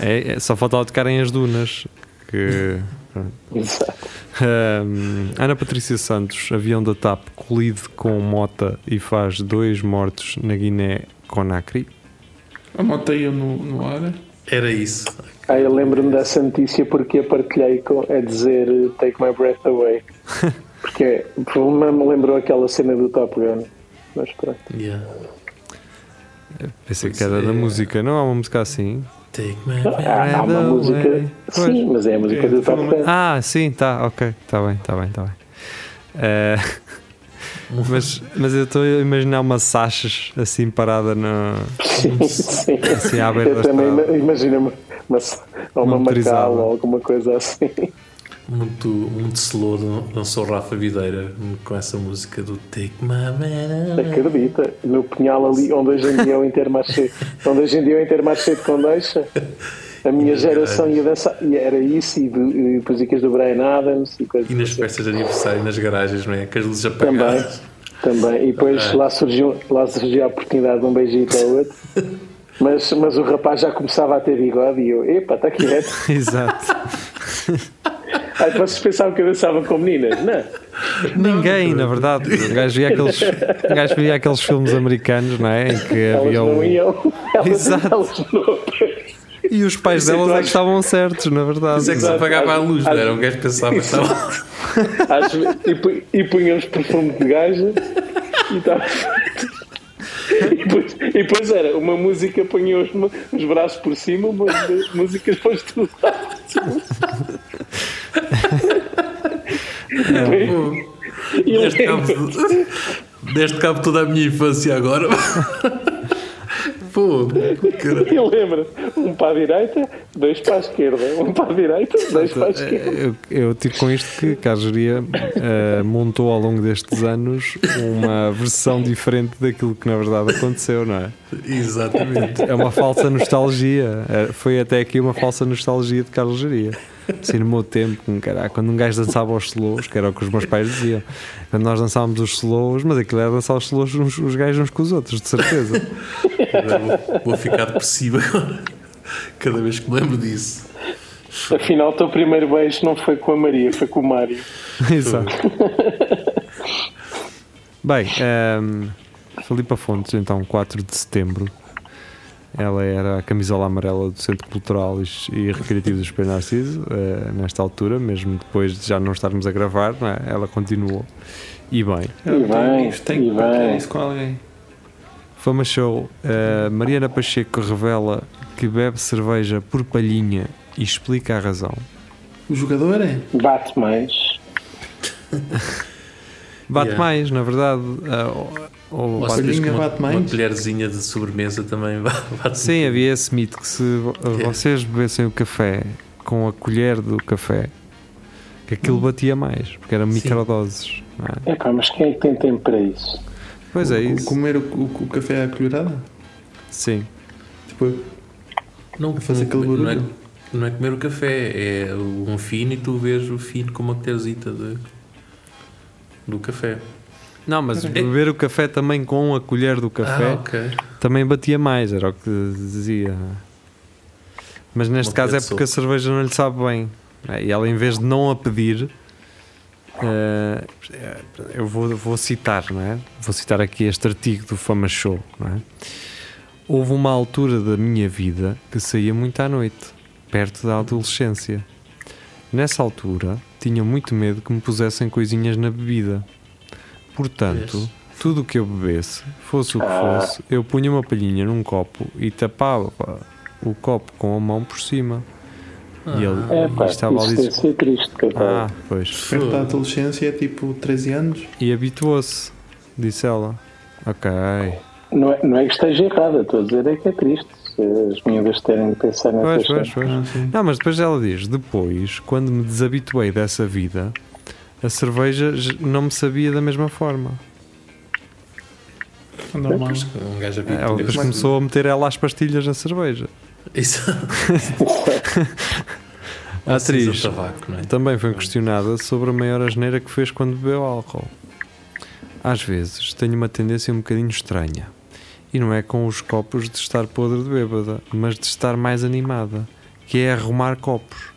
S3: É, é, só faltava tocarem as dunas. Que, pronto.
S5: Exato.
S3: Ahm, Ana Patrícia Santos, avião da TAP, colide com mota e faz dois mortos na Guiné-Conakry.
S7: A moto ia no, no ar.
S6: Era isso.
S5: Ah, eu lembro-me dessa notícia porque a partilhei com, a dizer eh, Take My Breath Away. Porque me me lembrou aquela cena do Top Gun. Mas pronto.
S6: Yeah.
S3: Pensei que
S6: Pois
S3: era da
S6: é.
S3: música, não há uma música assim.
S6: Take my
S5: Ah, Há, há uma
S3: Breath
S5: música.
S3: Away.
S5: Sim, mas é a música
S7: É,
S5: do Top
S7: foi
S5: Gun.
S3: Ah, sim, tá, ok, tá bem, tá bem, tá bem. Eh, mas, mas eu estou a imaginar uma Sachs assim parada na.
S5: Sim, sim.
S3: Assim, à beira
S5: Eu
S3: da
S5: também
S3: estrada.
S5: ima- imagino uma, uma, ou uma
S3: Uma motorizada.
S5: Macal ou alguma coisa assim.
S6: Muito, muito slow dan- dançou Rafa Videira com essa música do Take My Man.
S5: Acredita, no punhal ali onde hoje em dia é o Intermarché, onde hoje em dia é o Intermarché de Condeixa. A minha geração ia dançar, e era isso, e, do, e músicas do Brian Adams e coisas
S6: E nas
S5: assim.
S6: festas de aniversário e nas garagens, não é? Com as luzes
S5: Também,
S6: apagadas.
S5: também. E depois lá surgiu, lá surgiu a oportunidade de um beijinho para o outro. Mas, mas o rapaz já começava a ter bigode e eu, epa, tá está quieto.
S3: Exato.
S5: Aí vocês pensavam que eu dançava com meninas? Não.
S3: Ninguém, na verdade. O gajo via aqueles, o gajo via aqueles filmes americanos, não é? Em que
S5: Elas
S3: havia
S5: não
S3: um-
S5: iam. Elas,
S3: Exato.
S5: elas não.
S3: E os pais
S5: Isso é
S3: delas é que
S5: lógico.
S3: estavam certos, na verdade.
S6: Mas é que se
S5: Exato.
S6: apagava a luz, não era? Um gajo pensava que
S5: Isso.
S6: estava.
S5: Às ve- e, pu- e punhamos perfume de gaja e estava e depois, e depois era uma música punha os, ma- os braços por cima, uma mu- música depois tudo e
S6: Deste cabo,
S5: lembro-
S6: deste cabo toda a minha infância agora. Pô, cara.
S5: e lembra um para a direita, dois para a esquerda, um para a direita, dois para a
S3: é-
S5: esquerda.
S3: Eu, eu tive com isto que Cargeria montou ao longo destes anos uma versão diferente daquilo que na verdade aconteceu, não é?
S6: Exatamente.
S3: É uma falsa nostalgia. É, Foi até aqui uma falsa nostalgia de Cargeria. Assim, no meu tempo, com caralho, quando um gajo dançava aos slows, que era o que os meus pais diziam, quando nós dançávamos os slows, mas aquilo era dançar os slows uns, os gajos uns com os outros, de certeza.
S6: Agora vou, vou ficar depressivo agora. Cada vez que me lembro disso.
S5: Afinal, o teu primeiro beijo não foi com a Maria, foi com o Mário.
S3: Exato. Bem, ehm, Filipa Fontes, então 4 de setembro. Ela era a camisola amarela do Centro Cultural e- e Recreativo do Espelho Narciso, eh, nesta altura, mesmo depois de já não estarmos a gravar, não é? ela continuou. E bem,
S7: Eu
S5: E
S7: tenho
S5: bem,
S7: amigos, tenho
S5: e
S7: que partilhar
S5: bem.
S7: isso com alguém.
S3: Fama Show, eh, Mariana Pacheco revela que bebe cerveja por palhinha e explica a razão.
S7: O jogador é?
S5: Bate mais.
S3: Bate
S6: Yeah.
S3: mais, na verdade. ah, ou- ou
S6: Ou
S3: bate-
S6: seja,
S7: palhinha
S6: que uma,
S7: bate mais?
S6: uma colherzinha de sobremesa também ba- bate
S3: Sim, havia esse mito que se vo- vocês bebessem o café com a colher do café, que aquilo batia mais, porque eram microdoses. não é?
S5: Epá, mas quem é que tem tempo para isso?
S3: Pois é
S7: O-
S3: isso.
S7: Comer o, o- o café à colherada?
S3: Sim.
S7: Tipo,
S6: Não,
S7: A fazer aquele
S6: não é-
S7: barulho.
S6: Não é comer o café, é um fino e tu vês o fino com uma colherzita de- do café.
S3: Não, mas beber o café também com a colher do
S6: Ah,
S3: café
S6: ok.
S3: também batia mais, era o que dizia. Mas neste
S6: Uma
S3: caso é
S6: colher de
S3: porque a cerveja não lhe sabe bem. não é? E ela, em vez de não a pedir, eh, eu vou, vou citar, não é? Vou citar aqui este artigo do Fama Show, não é? Houve uma altura da minha vida que saía muito à noite, perto da adolescência. Nessa altura, tinha muito medo que me pusessem coisinhas na bebida. Portanto,
S6: Yes.
S3: tudo o que eu bebesse, fosse o que fosse, eu punha uma palhinha num copo e tapava o copo com a mão por cima. E ele
S5: É pá,
S3: e estava ali.
S5: isso deve ser triste, é
S3: Ah,
S5: coitado.
S3: pois.
S7: Perto da adolescência é tipo 13 anos.
S3: E habituou-se, disse ela. Ok.
S5: Não, é, não é que esteja errada, estou a dizer é que é triste as miúdas terem de pensar nessa
S3: Pois,
S5: questão.
S3: pois, pois.
S7: Ah, sim.
S3: Não, mas depois ela diz: depois, quando me desabituei dessa vida, a cerveja j- não me sabia da mesma forma.
S7: Normal.
S6: Um gajo
S3: É, Ela depois
S6: habitua-se.
S3: começou a meter ela às pastilhas na cerveja.
S6: Isso.
S3: A atriz
S6: Cinza tabaco, não é?
S3: também foi questionada sobre a maior asneira que fez quando bebeu álcool. Às vezes tenho uma tendência um bocadinho estranha. E não é com os copos de estar podre de bêbada, mas de estar mais animada, que é arrumar copos.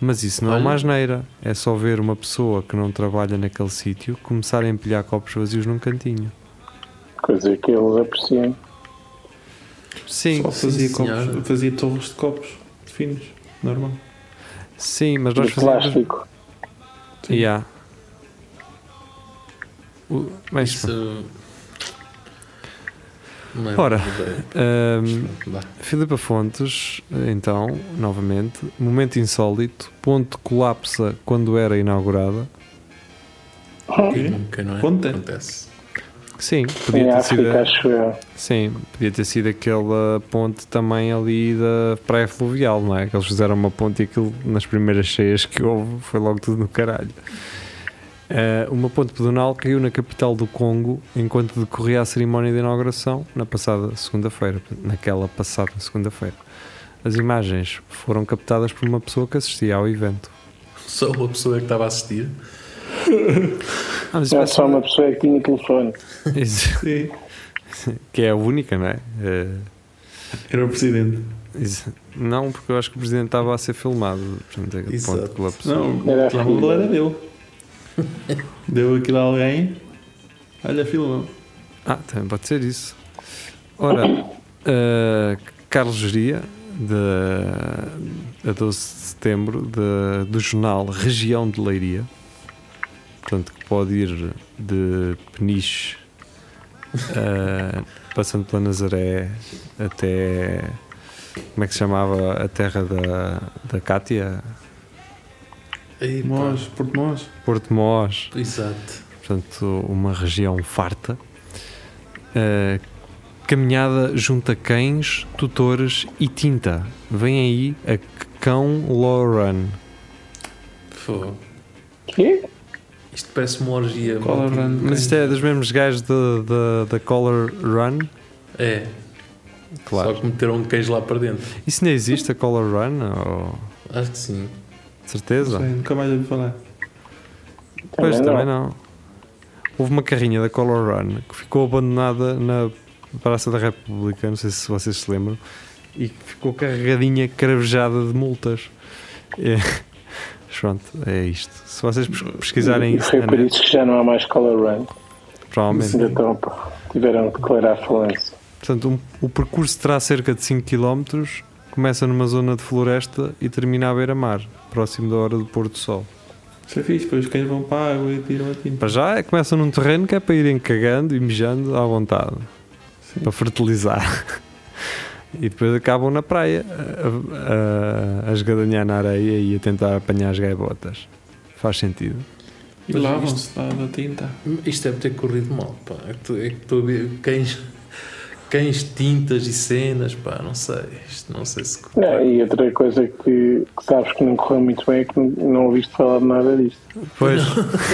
S3: Mas isso não é uma
S6: Olha.
S3: asneira. É só ver uma pessoa que não trabalha naquele sítio começar a empilhar copos vazios num cantinho.
S5: Coisa que eles apreciam.
S3: Sim,
S7: Só fazia
S6: sim, senhora.
S7: copos, fazia torres de copos finos, normal.
S3: sim, mas nós
S5: De
S3: fazemos.
S5: plástico.
S3: Yeah. O- mas,
S6: Isso. Não é
S3: Ora.
S6: verdade.
S3: ahm,
S6: Vá.
S3: Filipa Fontes, então, novamente, momento insólito, ponto colapsa quando era inaugurada.
S6: Quem nunca, não é?
S7: Conta.
S6: Acontece.
S3: Sim, podia
S5: Em
S3: ter sido. é.
S5: África, acho eu.
S3: Sim, podia ter sido aquela ponte também ali da praia fluvial, não é? Que eles fizeram uma ponte e aquilo nas primeiras cheias que houve foi logo tudo no caralho. Ah, uma ponte pedonal caiu na capital do Congo enquanto decorria a cerimónia de inauguração na passada segunda-feira, naquela passada segunda-feira. As imagens foram captadas por uma pessoa que assistia ao evento.
S6: Só uma pessoa que estava a assistir.
S3: Ah, mas
S5: Não é só uma pessoa que tinha telefone.
S3: Isso,
S7: Sim,
S3: que é a única, não é? Eh,
S7: era o presidente.
S3: isso- não, porque eu acho que o presidente estava a ser filmado. Portanto, é que ponto
S6: Exato.
S3: de colapso.
S7: Não,
S5: Era a
S7: o telemóvel
S5: filha.
S7: era dele. Deu aquilo a alguém. Olha, filma.
S3: Ah, também pode ser isso. Ora, eh, Carlos Geria, de, a 12 de setembro, de- do jornal Região de Leiria, portanto, que pode ir de Peniche, eh, passando pela Nazaré, até. Como é que se chamava a terra da, da Cátia?
S6: Aí, pá.
S7: Mós, Porto Mós.
S3: Porto Mós.
S6: Exato.
S3: portanto, uma região farta. Uh, caminhada junta cães, tutores e tinta. Vem aí a Cão Lauren.
S6: Fogo.
S5: Quê?
S6: Isto parece uma orgia.
S7: Qual é o
S6: multi-
S7: random?
S3: Mas isto é dos mesmos gajos da- da da Color Run?
S6: É,
S3: Claro.
S6: só que meteram um queijo lá para dentro.
S3: Isso não existe, a Color Run? Ou-
S6: Acho que sim.
S3: De certeza?
S7: Não sei, nunca mais ouvi falar.
S3: Pois,
S5: Também
S3: também
S5: não.
S3: não. Houve uma carrinha da Color Run que ficou abandonada na Praça da República, não sei se vocês se lembram, e que ficou carregadinha, cravejada de multas. É. Mas Pronto, é isto. Se vocês pes- pesquisarem
S5: E
S3: isso,
S5: foi
S3: na
S5: por
S3: net,
S5: isso que já não há mais color run.
S3: provavelmente.
S5: Ainda estão, pá, tiveram de declarar falência.
S3: Portanto, um- o percurso terá cerca de 5 km, começa numa zona de floresta e termina à beira-mar, próximo da hora do pôr do sol.
S7: Isso é fixe, depois os cães vão para a água e tiram a tinta.
S3: Para já, é- começa num terreno que é para irem cagando e mijando à vontade.
S7: Sim.
S3: para fertilizar. E depois acabam na praia a, a, a esgadanhar na areia e a tentar apanhar as gaivotas. Faz sentido.
S7: E
S6: Mas
S7: lavam-se da, da tá tinta.
S6: Isto deve ter corrido mal, pá. É que tu- é que estou a ver cães, cães, tintas e cenas, pá. Não sei. Isto não sei se.
S5: Não, e outra coisa que, que sabes que não correu muito bem é que não, não ouviste falar de nada disto.
S3: Pois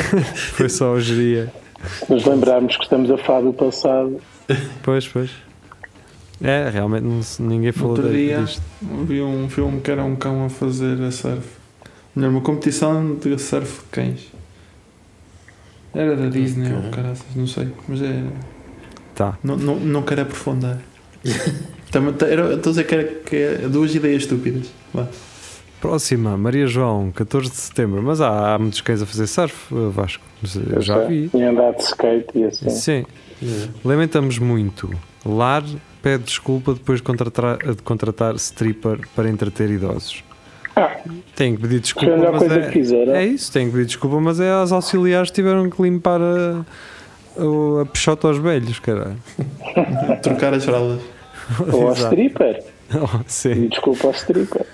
S3: foi só hoje dia.
S5: Se nos lembrarmos que estamos a falar do passado,
S3: Pois, pois. É, realmente não se- ninguém falou
S7: Outro dia.
S3: disto.
S7: Vi um filme que era um cão a fazer a surf. Melhor, uma competição de surf de cães. Era da Disney ou
S6: Ok.
S7: caraças, não sei. Mas é.
S3: Tá.
S7: Não, não, não quero aprofundar. Também, tá- era- estou a dizer que, era, que é duas ideias estúpidas. Vá.
S3: Próxima, Maria João, 14 de setembro. Mas há, há muitos cães a fazer surf, eh, Vasco. Eu já vi.
S5: tinha andado de skate e assim.
S3: Sim.
S6: É.
S3: Lamentamos muito. Lar pede desculpa depois de contratar, de contratar stripper para entreter idosos.
S5: Ah.
S3: Tem que pedir
S5: Foi
S3: desculpa.
S5: a melhor
S3: Mas
S5: coisa
S3: é,
S5: que fizeram.
S3: é isso, tem que pedir desculpa, mas é as auxiliares que tiveram que limpar a, a, a peixota aos velhos, caralho.
S7: Trocar as fraldas.
S5: Ou ao
S3: Exato.
S5: stripper.
S3: Oh, Sim,
S5: E desculpa ao stripper.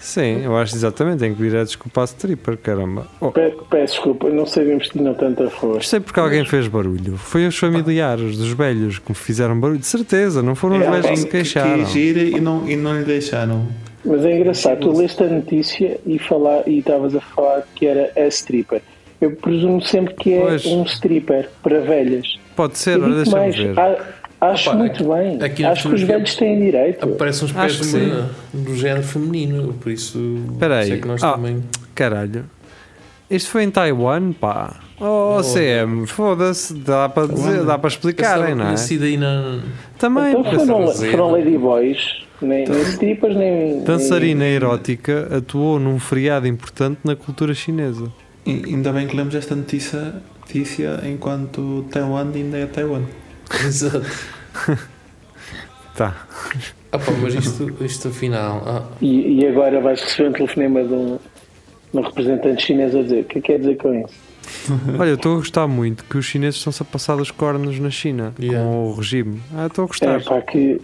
S3: Sim, eu acho exatamente. Tenho que vir a desculpar se Tripper, caramba. Oh,
S5: Pe- Peço desculpa, não sabíamos que tinham tanta força.
S3: Isto é porque alguém fez barulho. Foi os familiares dos velhos que fizeram barulho. De certeza, não
S5: É,
S3: foram os velhos que se queixaram.
S7: Que é gira e não, e não lhe deixaram.
S5: Mas é engraçado, tu leste a notícia e falar- e estavas a falar que era a stripper. Eu presumo sempre que é
S3: Pois.
S5: um stripper para velhas.
S3: Pode
S5: E
S3: ser,
S5: digo
S3: olha, deixa-me
S5: mais,
S3: ver.
S5: a- acho
S6: Opa,
S5: muito bem.
S6: aqui
S5: acho que os
S6: nos-
S5: velhos têm direito.
S6: Aparecem uns pés
S3: Acho que
S6: de uma- do género feminino, por isso
S3: Espera aí.
S6: sei que nós
S3: Ah.
S6: também.
S3: Caralho. Isto foi em Taiwan, pá. Oh, CM, foda-se, dá para dizer, dá para
S6: um
S3: explicarem, não é?
S6: Conhecida aí na.
S3: Também,
S5: Então
S3: parece-
S5: foram,
S6: dizer.
S5: foram ladyboys, nem, nem strippers, nem. nem-
S3: dançarina erótica atuou num feriado importante na cultura chinesa.
S7: E, ainda bem que lemos esta notícia, notícia enquanto Taiwan ainda é Taiwan.
S6: Exato.
S3: Tá.
S6: Ah, pá, mas isto, isto afinal. Ah,
S5: E, e agora vais receber um telefonema de um, de um representante chinês a dizer: o que quer dizer com isso?
S3: Olha, eu estou a gostar muito que os chineses estão-se a passar dos cornos na China
S6: Yeah.
S3: com o regime. Ah, estou a
S5: É
S3: gostar.
S5: pá, que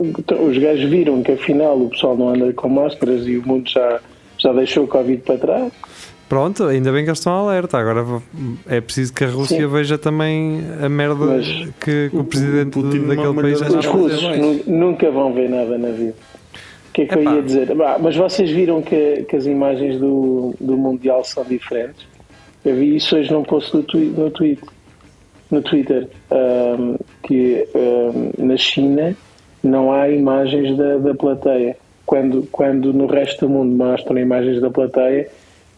S5: então, os gajos viram que afinal o pessoal não anda com máscaras e o mundo já, já deixou o Covid para trás.
S3: Pronto, ainda bem que eles estão alerta. Agora v- é preciso que a Rússia
S5: Sim.
S3: veja também a merda
S5: Mas
S3: que, que o presidente
S7: Putin não
S3: daquele
S7: mandou
S3: país é.
S7: nada
S3: anda a
S5: Os
S7: fazer
S5: russos
S7: mais.
S5: nu- nunca vão ver nada na vida. O que é que
S3: Epá.
S5: eu ia dizer? Ah, mas vocês viram que, que as imagens do, do Mundial são diferentes? Eu vi isso hoje num post no, twi no, tweet, no Twitter, ahm, que ahm, na China não há imagens da, da plateia. Quando, quando no resto do mundo mostram imagens da plateia,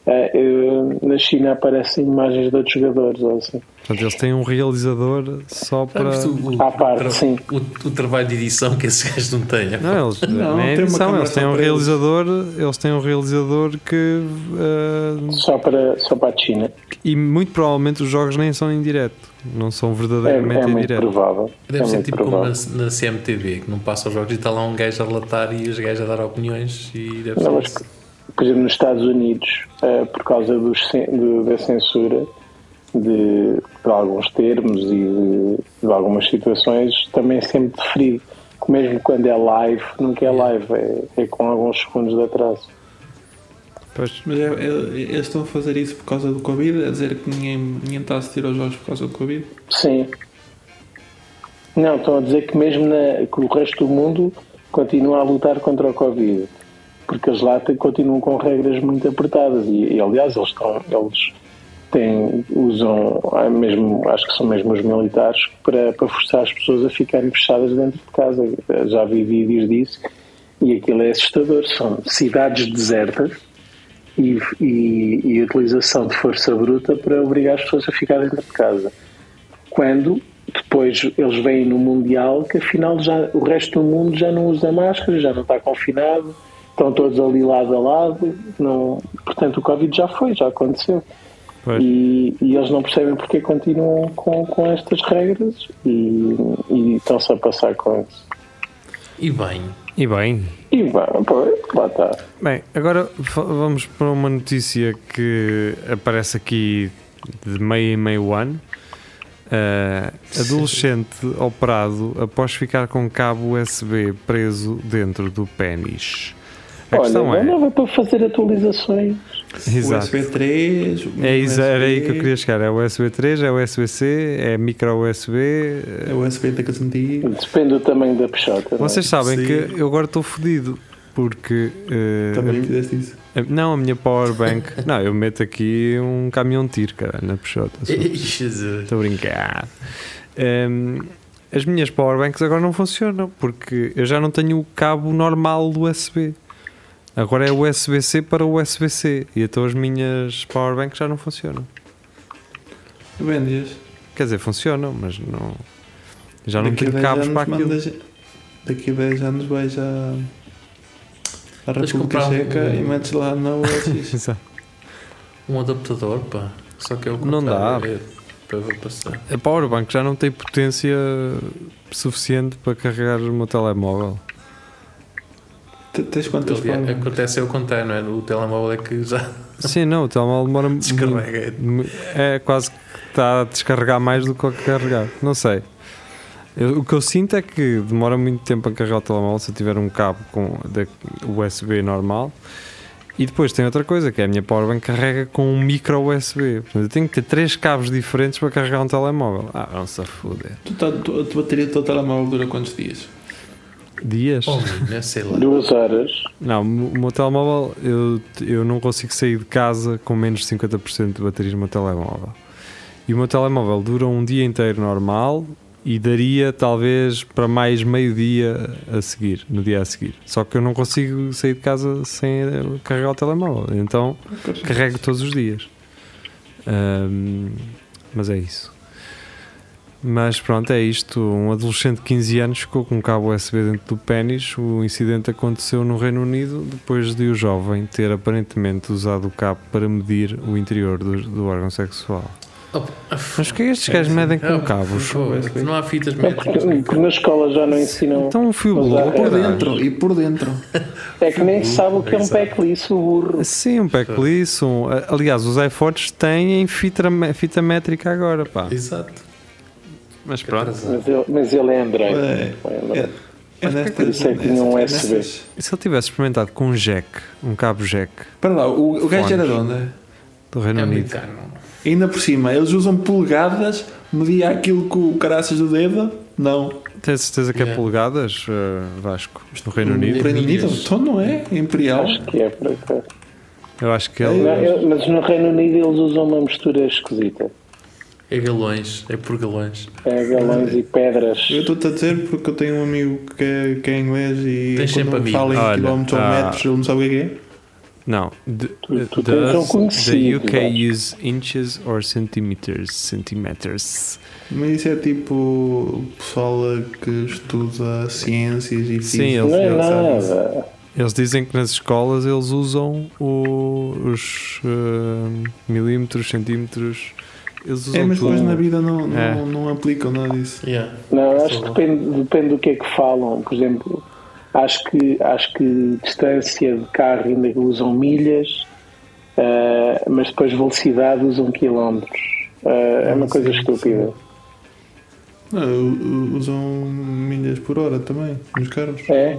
S5: ah, eu- na China aparecem imagens de outros jogadores. Ou assim.
S3: Portanto, eles têm um realizador só para.
S6: sabes tu o,
S5: À parte,
S6: tra-
S5: sim.
S6: o- o trabalho de edição que esses gajos não têm. pá.
S3: Não, eles
S7: Não,
S3: não é
S7: tem uma
S3: edição,
S7: câmara
S3: eles têm
S7: só
S3: um
S7: para eles.
S3: realizador, eles. têm um realizador que ah,
S5: Só, para, só para a China.
S3: e muito provavelmente os jogos nem são em direto, não são
S5: É, é
S3: verdadeiramente em
S5: muito
S3: direto.
S5: provável.
S6: Deve
S5: é
S6: ser
S5: muito
S6: tipo como
S5: provável.
S6: na, na CMTV, que não passa os jogos e está lá um gajo a relatar e os gajos a dar opiniões e deve
S5: Não,
S6: ser.
S5: mas, por exemplo, nos Estados Unidos, eh, por causa dos cen- do- da censura de, de alguns termos e de, de algumas situações, também é sempre deferido. que Mesmo quando é live, nunca é live, é, é com alguns segundos de atraso.
S3: Pois,
S7: Mas é, é- eles estão a fazer isso por causa do Covid, a dizer que ninguém, ninguém está a assistir aos jogos por causa do Covid.
S5: Sim. Não, estão a dizer que mesmo na- que o resto do mundo continua a lutar contra o Covid. Porque eles lá te- continuam com regras muito apertadas. E, e, aliás, eles, estão, eles têm, usam, ah, mesmo, acho que são mesmo os militares, para, para forçar as pessoas a ficarem fechadas dentro de casa. Já vi vídeos disso e aquilo é assustador. São cidades desertas e, e, e utilização de força bruta para obrigar as pessoas a ficar dentro de casa quando depois eles vêm no Mundial que afinal já, o resto do mundo já não usa máscara, já não está confinado, estão todos ali lado a lado, não, portanto o Covid já foi, já aconteceu.
S3: pois.
S5: E, e eles não percebem porque continuam com, com estas regras e, e estão-se a passar com isso.
S6: E bem,
S3: E bem,
S5: E vá, pô, lá está.
S3: Bem, agora fa- vamos para uma notícia que aparece aqui de meio em meio ano. Ah, adolescente operado após ficar com cabo USB preso dentro do pênis. A questão
S5: Olha,
S3: é.
S5: não é para fazer atualizações.
S3: Exato.
S7: USB 3,
S3: É isso, era aí que eu
S7: USB,
S3: queria chegar. É USB 3, é USB-C, é micro USB.
S7: É USB da Casandia.
S5: Depende do tamanho da peixota. não é?
S3: Vocês sabem
S7: Sim.
S3: que eu agora estou fodido porque ah,
S7: Também fizeste isso.
S3: a- não a minha powerbank. não, eu meto aqui um caminhão de tiro, caralho, na Peixota. sou-
S6: Jesus.
S3: Estou a brincar. Hum, as minhas powerbanks agora não funcionam porque eu já não tenho o cabo normal do USB. Agora é USB-C para USB-C. E então as minhas powerbanks já não funcionam.
S7: Vendes.
S3: Quer dizer, funcionam, mas não. Já não tenho cabos para aquilo.
S7: Daqui a 10 anos vais à, à
S6: Tens de
S7: República
S6: comprar um-
S7: Checa e metes lá na USX.
S3: Exato.
S6: Um adaptador, pá. Só que é o
S3: Não
S6: contrário, É, para para passar.
S3: A powerbank já não tem potência suficiente para carregar o meu telemóvel.
S7: Te- Tens quantas
S6: Aliás,
S7: palavras?
S6: Acontece é o contrário, não é? O telemóvel é que já
S3: Sim, não, o telemóvel demora mu- Hum.
S6: descarrega.
S3: mu- É quase que está a descarregar mais do que a carregar. Não sei. Eu- o que eu sinto é que demora muito tempo a carregar o telemóvel se eu tiver um cabo com da USB normal. E depois tem outra coisa, que é a minha powerbank carrega com um micro USB. Portanto, eu tenho que ter três cabos diferentes para carregar um telemóvel. Ah, não se a foder.
S7: Tu tá, tu, a tua bateria do teu telemóvel dura quantos dias?
S3: Dias?
S6: Homem, né? sei lá.
S5: Duas horas.
S3: Não, o meu telemóvel, eu, eu não consigo sair de casa com menos de 50% de bateria no meu telemóvel. E o meu telemóvel dura um dia inteiro normal e daria talvez para mais meio dia a seguir, no dia a seguir. Só que eu não consigo sair de casa sem eh, carregar o telemóvel. Então carrego todos os dias. Ahm, mas é isso. Mas pronto, é isto. Um adolescente de 15 anos ficou com um cabo USB dentro do pênis. O incidente aconteceu no Reino Unido depois de o jovem ter aparentemente usado o cabo para medir o interior do, do órgão sexual.
S6: Oh,
S3: Mas o que é que estes gajos medem com
S6: oh,
S3: cabos?
S6: por favor, Não há fitas
S5: É
S6: métricas.
S5: porque, porque na escola já não ensinam.
S3: Então um fio
S5: Mas há-
S3: longo,
S5: é
S7: Por
S5: Caralho.
S7: dentro, e por dentro.
S5: É que nem sabe o que é um peclice, o burro.
S3: Sim, um peclis. Um, aliás, os iPhones têm fita, fita métrica agora, pá.
S6: Exato.
S3: Mas
S6: Que
S3: pronto.
S6: atrasado.
S5: Mas ele, mas ele é André.
S7: É,
S5: É
S7: é,
S5: André.
S7: é nestas-
S5: isso é que tinha um
S7: nessas-
S5: USB?
S7: nessas-
S3: Se ele tivesse experimentado com um jack, um cabo jack
S7: Espera lá, o, o gajo era de onde?
S3: do Reino
S6: É
S3: Unido,
S6: americano.
S7: Ainda por cima, eles usam polegadas, medir aquilo com o caraças do dedo? Não.
S3: tens certeza que é
S6: Yeah.
S3: polegadas, eh, Vasco? No Reino Unido?
S7: O Reino Unido?
S6: Milhas.
S7: Então não é? Imperial?
S5: Acho que é por acaso.
S3: Eu acho que
S5: Não,
S3: ele.
S5: eu- mas no Reino Unido eles usam uma mistura esquisita.
S6: É galões, é por galões.
S5: É galões e pedras.
S7: Eu estou-te a dizer porque eu tenho um amigo que é, que é inglês e
S6: Tens sempre
S7: quando me
S6: amigos.
S7: fala em
S3: Olha,
S7: quilómetros ou
S3: ah.
S7: metros ele não sabe o que é que é.
S3: Não. d-
S5: Tu- tu tens um
S3: Does the
S5: conhecido,
S3: UK
S5: Vasco.
S3: use inches or centimeters? Centimeters.
S7: Mas isso é tipo o pessoal que estuda ciências e
S3: Sim,
S7: física,
S3: eles-
S5: Não é
S7: ele sabe isso.
S5: nada.
S3: Eles dizem que nas escolas eles usam o- os eh, milímetros, centímetros. Eles usam
S7: É, mas
S3: tudo.
S7: depois na vida não, não,
S3: É.
S7: não aplicam nada disso.
S6: Yeah.
S5: Não, acho
S6: Só-
S5: que depende, depende do que é que falam. Por exemplo, acho que, acho que distância de carro ainda usam milhas, ah, mas depois velocidade usam quilómetros. Ah, é uma coisa estúpida.
S7: Não, u- u- usam milhas por hora também, nos carros.
S5: É?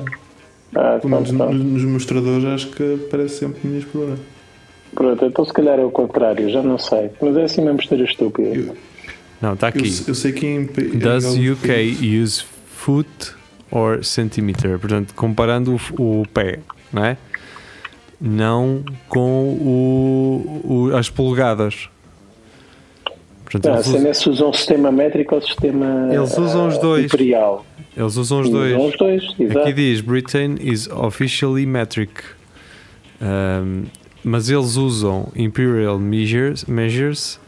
S5: Ah,
S7: Pelo menos
S5: então,
S7: no-
S5: pronto.
S7: nos mostradores acho que aparece sempre milhas por hora.
S5: Pronto, então se calhar é o contrário, já não sei. Mas é assim uma mistura estúpida.
S7: Eu,
S3: Não, está
S7: eu,
S3: aqui.
S7: se- eu sei que em. em
S3: Does
S7: alguns
S3: UK use foot or centimeter? Portanto, comparando o f- o, pé, não é? Não com o, o- as polegadas. Portanto,
S5: Não,
S3: eles,
S5: se
S3: usam,
S5: é se usam o sistema métrico ou o sistema
S3: Eles usam os
S5: ah,
S3: dois.
S5: imperial.
S3: eles usam os
S5: Usam
S3: dois.
S5: os dois,
S3: Aqui
S5: exato.
S3: diz Britain is officially metric. Ahm, mas eles usam imperial measures, measures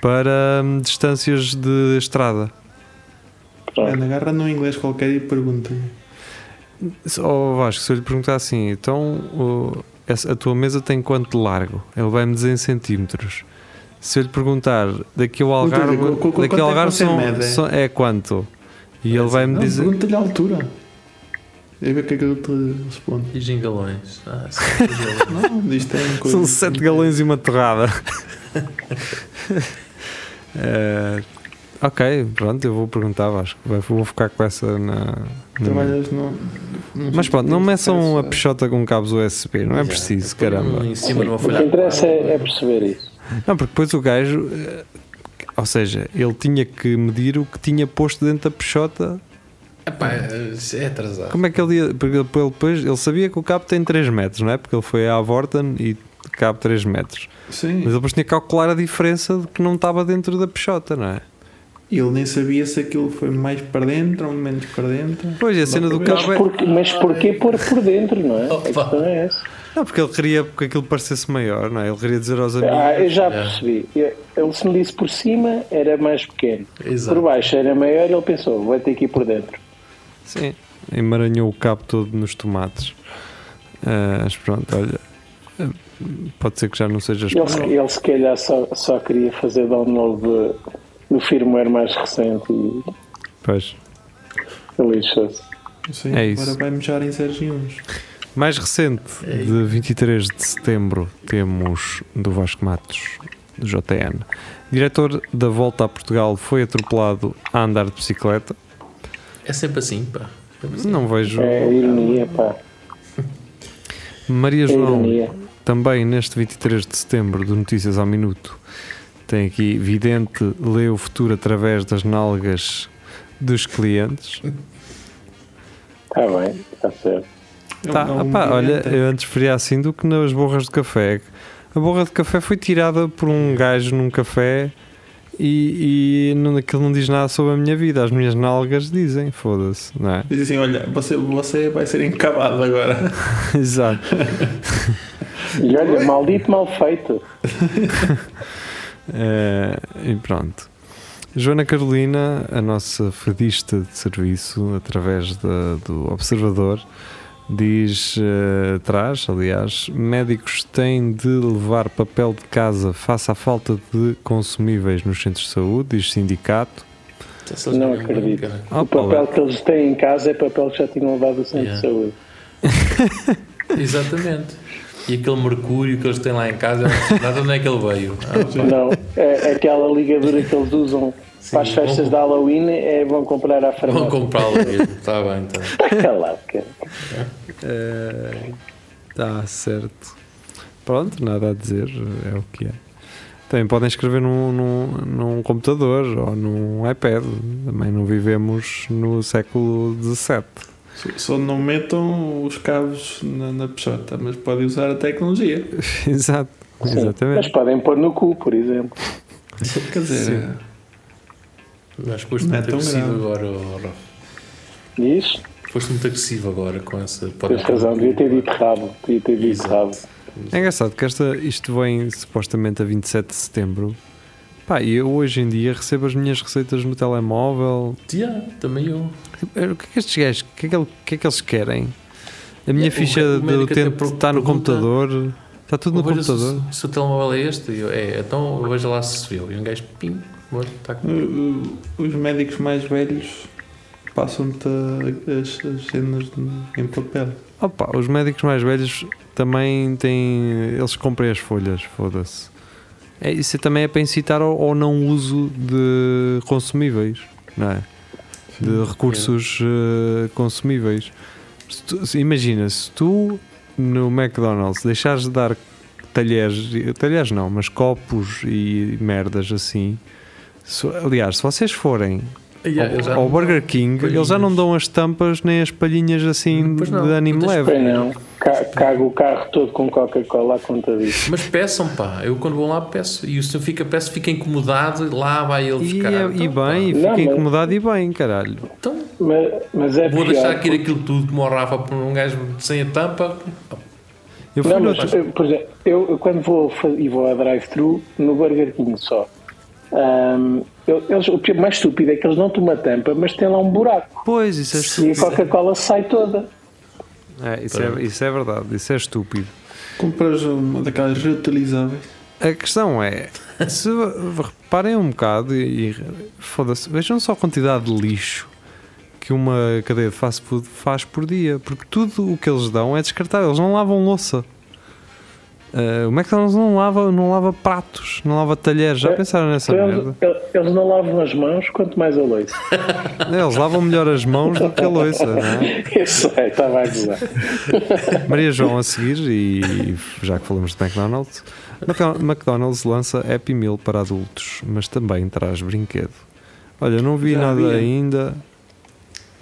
S3: para hum, distâncias de estrada.
S5: Pronto.
S7: Ana, agarra num inglês qualquer e pergunta.
S3: Oh, Vasco, se eu lhe perguntar assim, então o- essa- a tua mesa tem quanto de largo? Ele vai-me dizer em centímetros. Se eu lhe perguntar daqui ao
S7: Pergunta-lhe,
S3: Algarve,
S7: qu- qu- quanto
S3: daqui
S7: é que
S3: ao Algarve
S7: você
S3: são-
S7: mede? É assim,
S3: são- é quanto? E ele vai-me
S7: Não,
S3: dizer.
S7: pergunta-lhe a altura. E ver o que é que ele te responde.
S6: Dizem galões. Ah, sim, diz galões.
S7: Não, isto é uma coisa.
S3: São sete galões e uma torrada. Eh, ok, pronto, eu vou perguntar, Vasco. Vai- Vou ficar com essa na. na
S7: Trabalhas no. no-
S3: mas pronto, não meçam a
S7: É.
S3: peixota com cabos USB, não é preciso,
S6: Põe um
S3: caramba.
S6: Em cima numa
S5: O
S6: folha.
S5: que interessa é, é perceber isso.
S3: Não, porque depois o gajo, eh, ou seja, ele tinha que medir o que tinha posto dentro da peixota.
S6: Epá, é atrasado.
S3: Como é que ele ia. Porque ele depois ele sabia que o cabo tem 3 metros, não é? Porque ele foi à Vorten e cabe 3 metros.
S7: Sim.
S3: Mas ele depois tinha que calcular a diferença de que não estava dentro da peixota, não é?
S7: E ele nem sabia se aquilo foi mais para dentro ou menos para dentro.
S3: Pois, e a cena do
S7: para
S5: Mas,
S3: cabo é.
S5: por, mas porquê pôr por dentro, não é? A questão é essa.
S3: Não, porque ele queria que aquilo parecesse maior, não é? Ele queria dizer aos
S5: Ah,
S3: amigos.
S5: eu já
S6: É.
S5: percebi. Eu- Ele se me disse por cima era mais pequeno,
S6: Exato.
S5: por baixo era maior. Ele pensou, vai ter que ir por dentro.
S3: Sim. Emaranhou o cabo todo nos tomates. Ah, mas pronto, olha. ah, Pode ser que já não seja.
S5: Ele, se- ele se calhar só, só queria fazer download de- do firmware mais recente e
S3: Pois.
S5: lixou-se.
S7: Sim,
S3: É isso.
S7: Agora vai mejar em Sergiuns.
S3: Mais recente, de 23 de setembro, temos do Vasco Matos, do JN. Diretor da Volta a Portugal foi atropelado a andar de bicicleta.
S6: É sempre assim, pá. Sempre assim.
S3: Não vejo.
S5: É ironia, pá.
S3: Maria
S5: É
S3: João,
S5: ironia.
S3: também neste 23 de setembro do Notícias ao Minuto, tem aqui Vidente lê o futuro através das nalgas dos clientes.
S5: Está Tá bem, está certo.
S7: É um-
S3: Tá, opá, olha, eu antes feria assim do que nas borras de café. A borra de café foi tirada por um gajo num café e, e não, aquilo não diz nada sobre a minha vida. As minhas nalgas dizem, foda-se, não é?
S7: Diz assim: olha, você, você vai ser encavado agora.
S3: Exato.
S5: E olha, maldito mal feito.
S3: Eh, e pronto. Joana Carolina, a nossa fadista de serviço, através da- do Observador, diz, eh, traz, aliás, médicos têm de levar papel de casa face à falta de consumíveis nos centros de saúde, diz sindicato.
S6: Já sabes
S5: Não
S6: que é
S5: acredito.
S6: cara.
S3: Oh,
S5: O papel que eles têm em casa é papel que já tinham levado do centro de
S6: Yeah.
S5: saúde.
S6: é assim. Exatamente. E aquele mercúrio que eles têm lá em casa, eu não sei nada de onde é que ele veio. Ah,
S5: Não, é, é aquela ligadura que eles usam para as
S6: Sim,
S5: festas
S6: vão-
S5: de Halloween é vão comprar à
S6: vão
S5: farmácia.
S6: comprá-lo mesmo. Está bem, então.
S5: Está calado, cara.
S3: Está Eh, tá certo. Pronto, nada a dizer, é o que é. Também podem escrever num, num, num computador ou num iPad. Também não vivemos no século XVII.
S7: Só- Só não metam os cabos na, na peixota, mas podem usar a tecnologia.
S3: Exato,
S6: Uhum.
S5: Sim, Mas
S3: exatamente.
S5: podem pôr no cu, por exemplo.
S7: Quer dizer,
S3: Sim.
S6: Mas foste
S7: Não é
S6: muito
S7: tão
S6: agressivo
S7: grave.
S6: agora, oh, Rafa.
S5: E Isso,
S6: Foste muito agressivo agora com essa. pode-
S5: tens razão, devia ter dito rabo. Devia ter dito
S6: Exato.
S5: rabo.
S3: É engraçado que esta, isto vem supostamente a 27 de setembro. Pá, e eu hoje em dia recebo as minhas receitas no telemóvel.
S6: Yeah, também eu.
S3: O que é que estes gajos, o que é que, ele- o que, é que eles querem? A minha
S6: É, o
S3: ficha
S6: médico
S3: de
S6: até
S3: utente
S6: pro-
S3: está no
S6: pergunta-
S3: computador. Está tudo no
S6: Ou veja se-
S3: computador.
S6: Se, o telemóvel é este, eu, é, então veja lá se se viu. E um gajo, pim, olha, está com.
S3: Hum,
S7: o- eh, o- os médicos mais velhos passam-te a- as, as cenas de- em papel.
S3: Opa, os médicos mais velhos também têm. Eles comprem as folhas, foda-se. É, isso também é para incitar ao, ao não uso de consumíveis, não é? De recursos eh, consumíveis. Se tu- se- imagina, se tu no McDonald's deixares de dar talheres, talheres não, mas copos e merdas assim. se- aliás, se vocês forem
S6: Yeah, eu já-
S3: ao Burger King, eles já não dão as tampas nem as palhinhas assim
S6: Pois não,
S3: de anime
S6: muitas
S3: leve.
S5: Pois não, ca- cago o carro todo com Coca-Cola à conta disso.
S6: Mas peçam, pá. Eu quando vou lá peço. E o senhor fica, peço, fica incomodado. Lá vai ele
S3: E,
S6: ficar.
S3: é-
S6: então,
S3: e bem, e
S5: Não,
S3: fica
S5: mas-
S3: incomodado e bem, caralho.
S6: pá, então,
S5: Mas, mas é
S6: vou
S5: pior,
S6: deixar aqui aquilo tudo como o Rafa por um gajo sem a tampa.
S3: Eu fui
S5: Não,
S3: no
S5: mas, eu, por exemplo, eu, eu quando vou fa- e vou à drive-thru, no Burger King só, ahm, eu- eles- o que é mais estúpido é que eles não têm uma tampa, mas tem lá um buraco.
S3: Pois, isso é
S5: E a
S3: estúpido.
S5: Coca-Cola sai toda.
S3: É, isso, é, isso é verdade, isso é estúpido.
S7: Compras uma daquelas reutilizáveis.
S3: A questão é, se reparem um bocado e, e foda-se, vejam só a quantidade de lixo que uma cadeia de fast food faz por dia, porque tudo o que eles dão é descartável, eles não lavam louça. Ah, o McDonald's não lava, não lava pratos, não lava talheres, já
S5: É,
S3: pensaram nessa merda?
S5: Eles, eh, eles não lavam as mãos, quanto mais a loiça.
S3: Eles lavam melhor as mãos do que a louça, não é?
S5: Eu sei, estava a gozar.
S3: Maria João a seguir, e já que falamos de McDonald's, Mac- McDonald's lança Happy Meal para adultos, mas também traz brinquedo. Olha, não vi
S7: Já
S3: nada
S7: havia.
S3: ainda. Não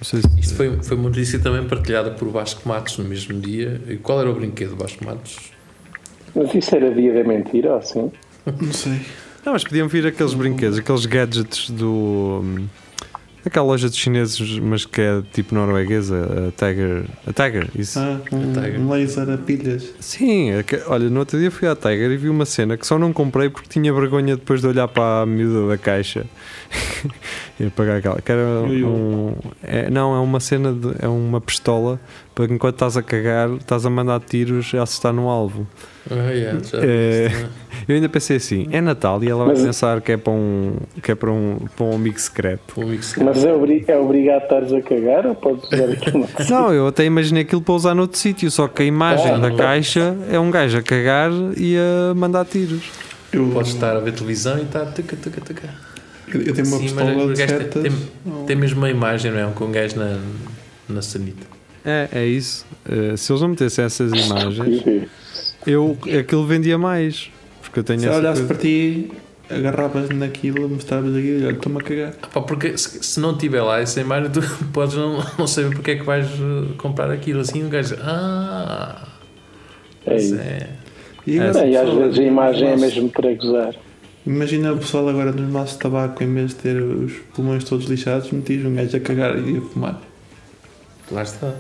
S3: sei se-
S6: Isto foi, foi uma notícia também partilhada por Vasco Matos no mesmo dia. E qual era o brinquedo de Vasco Matos?
S5: Mas isso era dia da mentira, ou assim?
S7: Não sei.
S3: Não, mas podiam vir aqueles brinquedos, aqueles gadgets do. hum, Aquela loja de chineses, mas que é tipo norueguesa, a Tiger. A Tiger, isso.
S7: Ah,
S6: Tiger.
S7: um, um laser a pilhas.
S3: Sim, é que- olha, no outro dia fui à Tiger e vi uma cena que só não comprei porque tinha vergonha depois de olhar para a miúda da caixa e apagar aquela. Que era
S7: Ui, ui.
S3: um, é- não, é uma cena, de, é uma pistola para que enquanto estás a cagar, estás a mandar tiros, ela está no alvo.
S6: Ah, yeah, já
S3: É.
S6: disse, né?
S3: Eu ainda pensei assim: é Natal e ela vai
S5: Mas-
S3: pensar que é para um, que é para um, para um amigo secreto.
S6: Um amigo secreto.
S5: Mas é, obri- é obrigado a estares a cagar ou podes usar aquilo?
S3: Não, eu até imaginei aquilo para usar noutro sítio, só que a imagem
S6: Ah,
S3: da
S6: não.
S3: caixa é um gajo a cagar e a mandar tiros.
S7: Eu,
S6: Podes estar a ver televisão e está tá, tuca, tuca, tuca.
S7: Eu, eu tenho uma
S6: Sim, mas
S7: pistola
S6: o
S7: de
S6: gajo tem-
S7: setas. Não.
S6: Tem mesmo uma imagem, não é? Com um gajo na, na sanita.
S3: É, é isso. Eh, se eles não metessem essas imagens, eu, aquilo vendia mais. Porque eu tenho
S7: Se
S3: essa
S7: olhasse
S3: coisa.
S7: para ti, agarravas naquilo, mostravas aquilo e olha, estou-me a cagar.
S6: Ah, pá, porque se, se não tiver lá essa imagem, tu podes não, não saber porque é que vais eh, comprar aquilo. Assim, um gajo. Ah!
S5: É
S6: mas
S5: isso.
S6: é-
S7: E,
S3: É,
S7: agora,
S5: Bem, e às
S7: pessoal,
S5: vezes a imagem é
S7: nos maços-
S5: mesmo para gozar.
S7: Imagina o pessoal agora nos maços de tabaco, em vez de ter os pulmões todos lixados, metias um gajo a cagar e a fumar.
S6: Lá está.